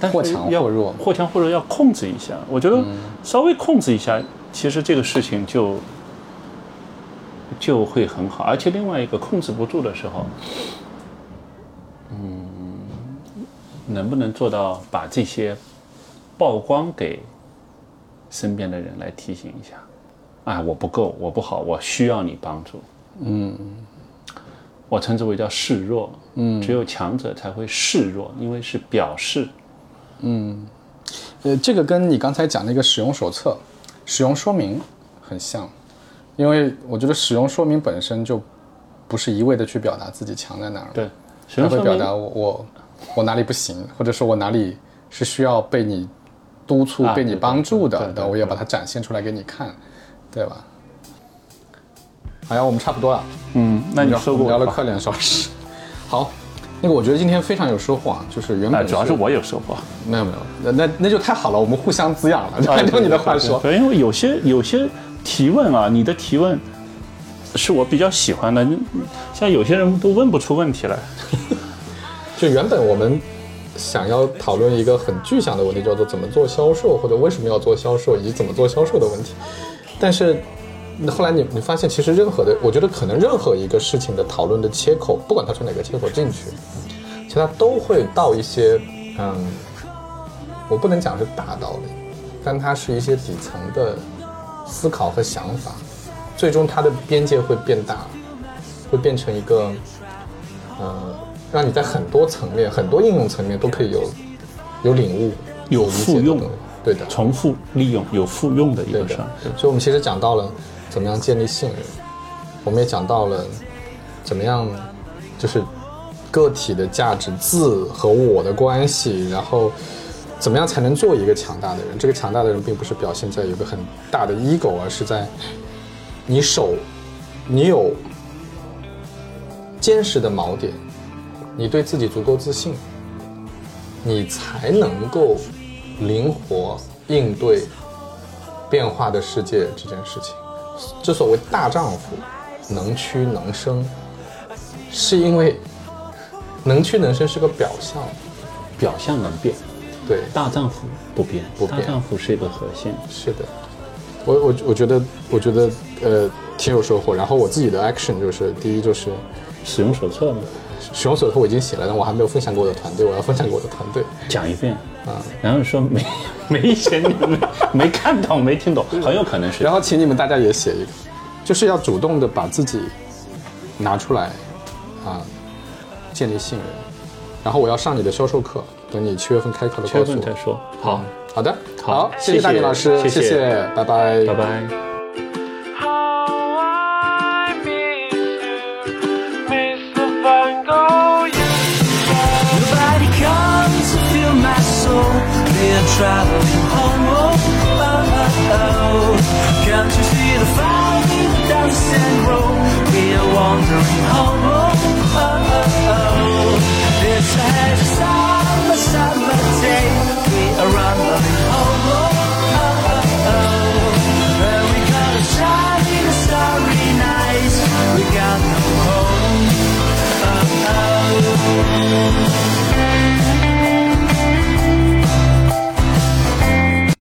S1: 但是
S2: 或强
S1: 要
S2: 或弱嗯
S1: 或强或弱要控制一下。我觉得稍微控制一下，其实这个事情就就会很好。而且另外一个控制不住的时候，嗯，能不能做到把这些曝光给身边的人来提醒一下？啊，我不够，我不好，我需要你帮助。嗯，我称之为叫示弱。嗯，只有强者才会示弱，因为是表示。
S2: 呃，这个跟你刚才讲那个使用手册、使用说明很像，因为我觉得使用说明本身就不是一味的去表达自己强在哪儿，，
S1: 对，使
S2: 它
S1: 用
S2: 会
S1: 说
S2: 表
S1: 明
S2: 达我我我哪里不行，或者说我哪里是需要被你督促、
S1: 啊
S2: 被你
S1: 对对
S2: 帮助
S1: 对对
S2: 的，
S1: 对
S2: 那我也把它展现出来给你看，对吧？好像我们差不多了。
S1: 嗯，那你说
S2: 我们
S1: 过
S2: 聊
S1: 我
S2: 了
S1: 吧
S2: 快两小时。好，那个我觉得今天非常有收获啊，就是原
S1: 那
S2: 本
S1: 主要是我有收 获。
S2: 没有没有，那那那就太好了，我们互相滋养了，就 按照你的话说。
S1: 啊对，因为有些有些提问啊，你的提问是我比较喜欢的，你像有些人都问不出问题来。
S2: 就原本我们想要讨论一个很具象的问题，叫做怎么做销售，或者为什么要做销售，以及怎么做销售的问题。但是那后来你你发现，其实任何的，我觉得可能任何一个事情的讨论的切口，不管它从哪个切口进去，其实它都会到一些嗯，我不能讲是大道理，但它是一些底层的思考和想法，最终它的边界会变大，会变成一个。呃，让你在很多层面、很多应用层面都可以有有领悟、
S1: 有
S2: 理解
S1: 复
S2: 的
S1: 用
S2: 东西对的，
S1: 重复利用有复用的一
S2: 对
S1: 个
S2: 的
S1: 事儿，。
S2: 所以，我们其实讲到了怎么样建立信任，我们也讲到了怎么样就是个体的价值、自和我的关系，然后怎么样才能做一个强大的人？这个强大的人并不是表现在有一个很大的 ego，而是在你手，你有坚实的锚点，你对自己足够自信，你才能够灵活应对变化的世界这件事情。这所谓大丈夫，能屈能伸，是因为能屈能伸是个表象，
S1: 表象能变，
S2: 对，
S1: 大丈夫不变，
S2: 不
S1: 大
S2: 变
S1: 丈夫是一个核心。
S2: 是的。我我我觉得我觉得呃挺有收获。然后我自己的 action 就是第一就是
S1: 使用手册嘛，
S2: 使用手册我已经写了，但我还没有分享给我的团队，我要分享给我的团队。
S1: 讲一遍，
S2: 啊
S1: 然后说没 没写，没没看懂，没听懂，很有可能是
S2: 然后请你们大家也写一个，就是要主动的把自己拿出来，啊，建立信任。然后我要上你的销售课，等你七月份开课了
S1: 缺
S2: 告诉
S1: 问再
S2: 我。
S1: 说。好，
S2: 好的，
S1: 好
S2: 好，谢
S1: 谢谢
S2: 大明老师，
S1: 谢谢
S2: 谢拜拜，
S1: 拜。拜。
S5: How I miss you, Mr. Van Gogh. You
S4: Nobody comes to fill my soul. They're traveling home. Oh, oh, oh, oh. Can't you see the falling dust and roll? We're wandering home. Oh, oh, oh, oh. This has a oh,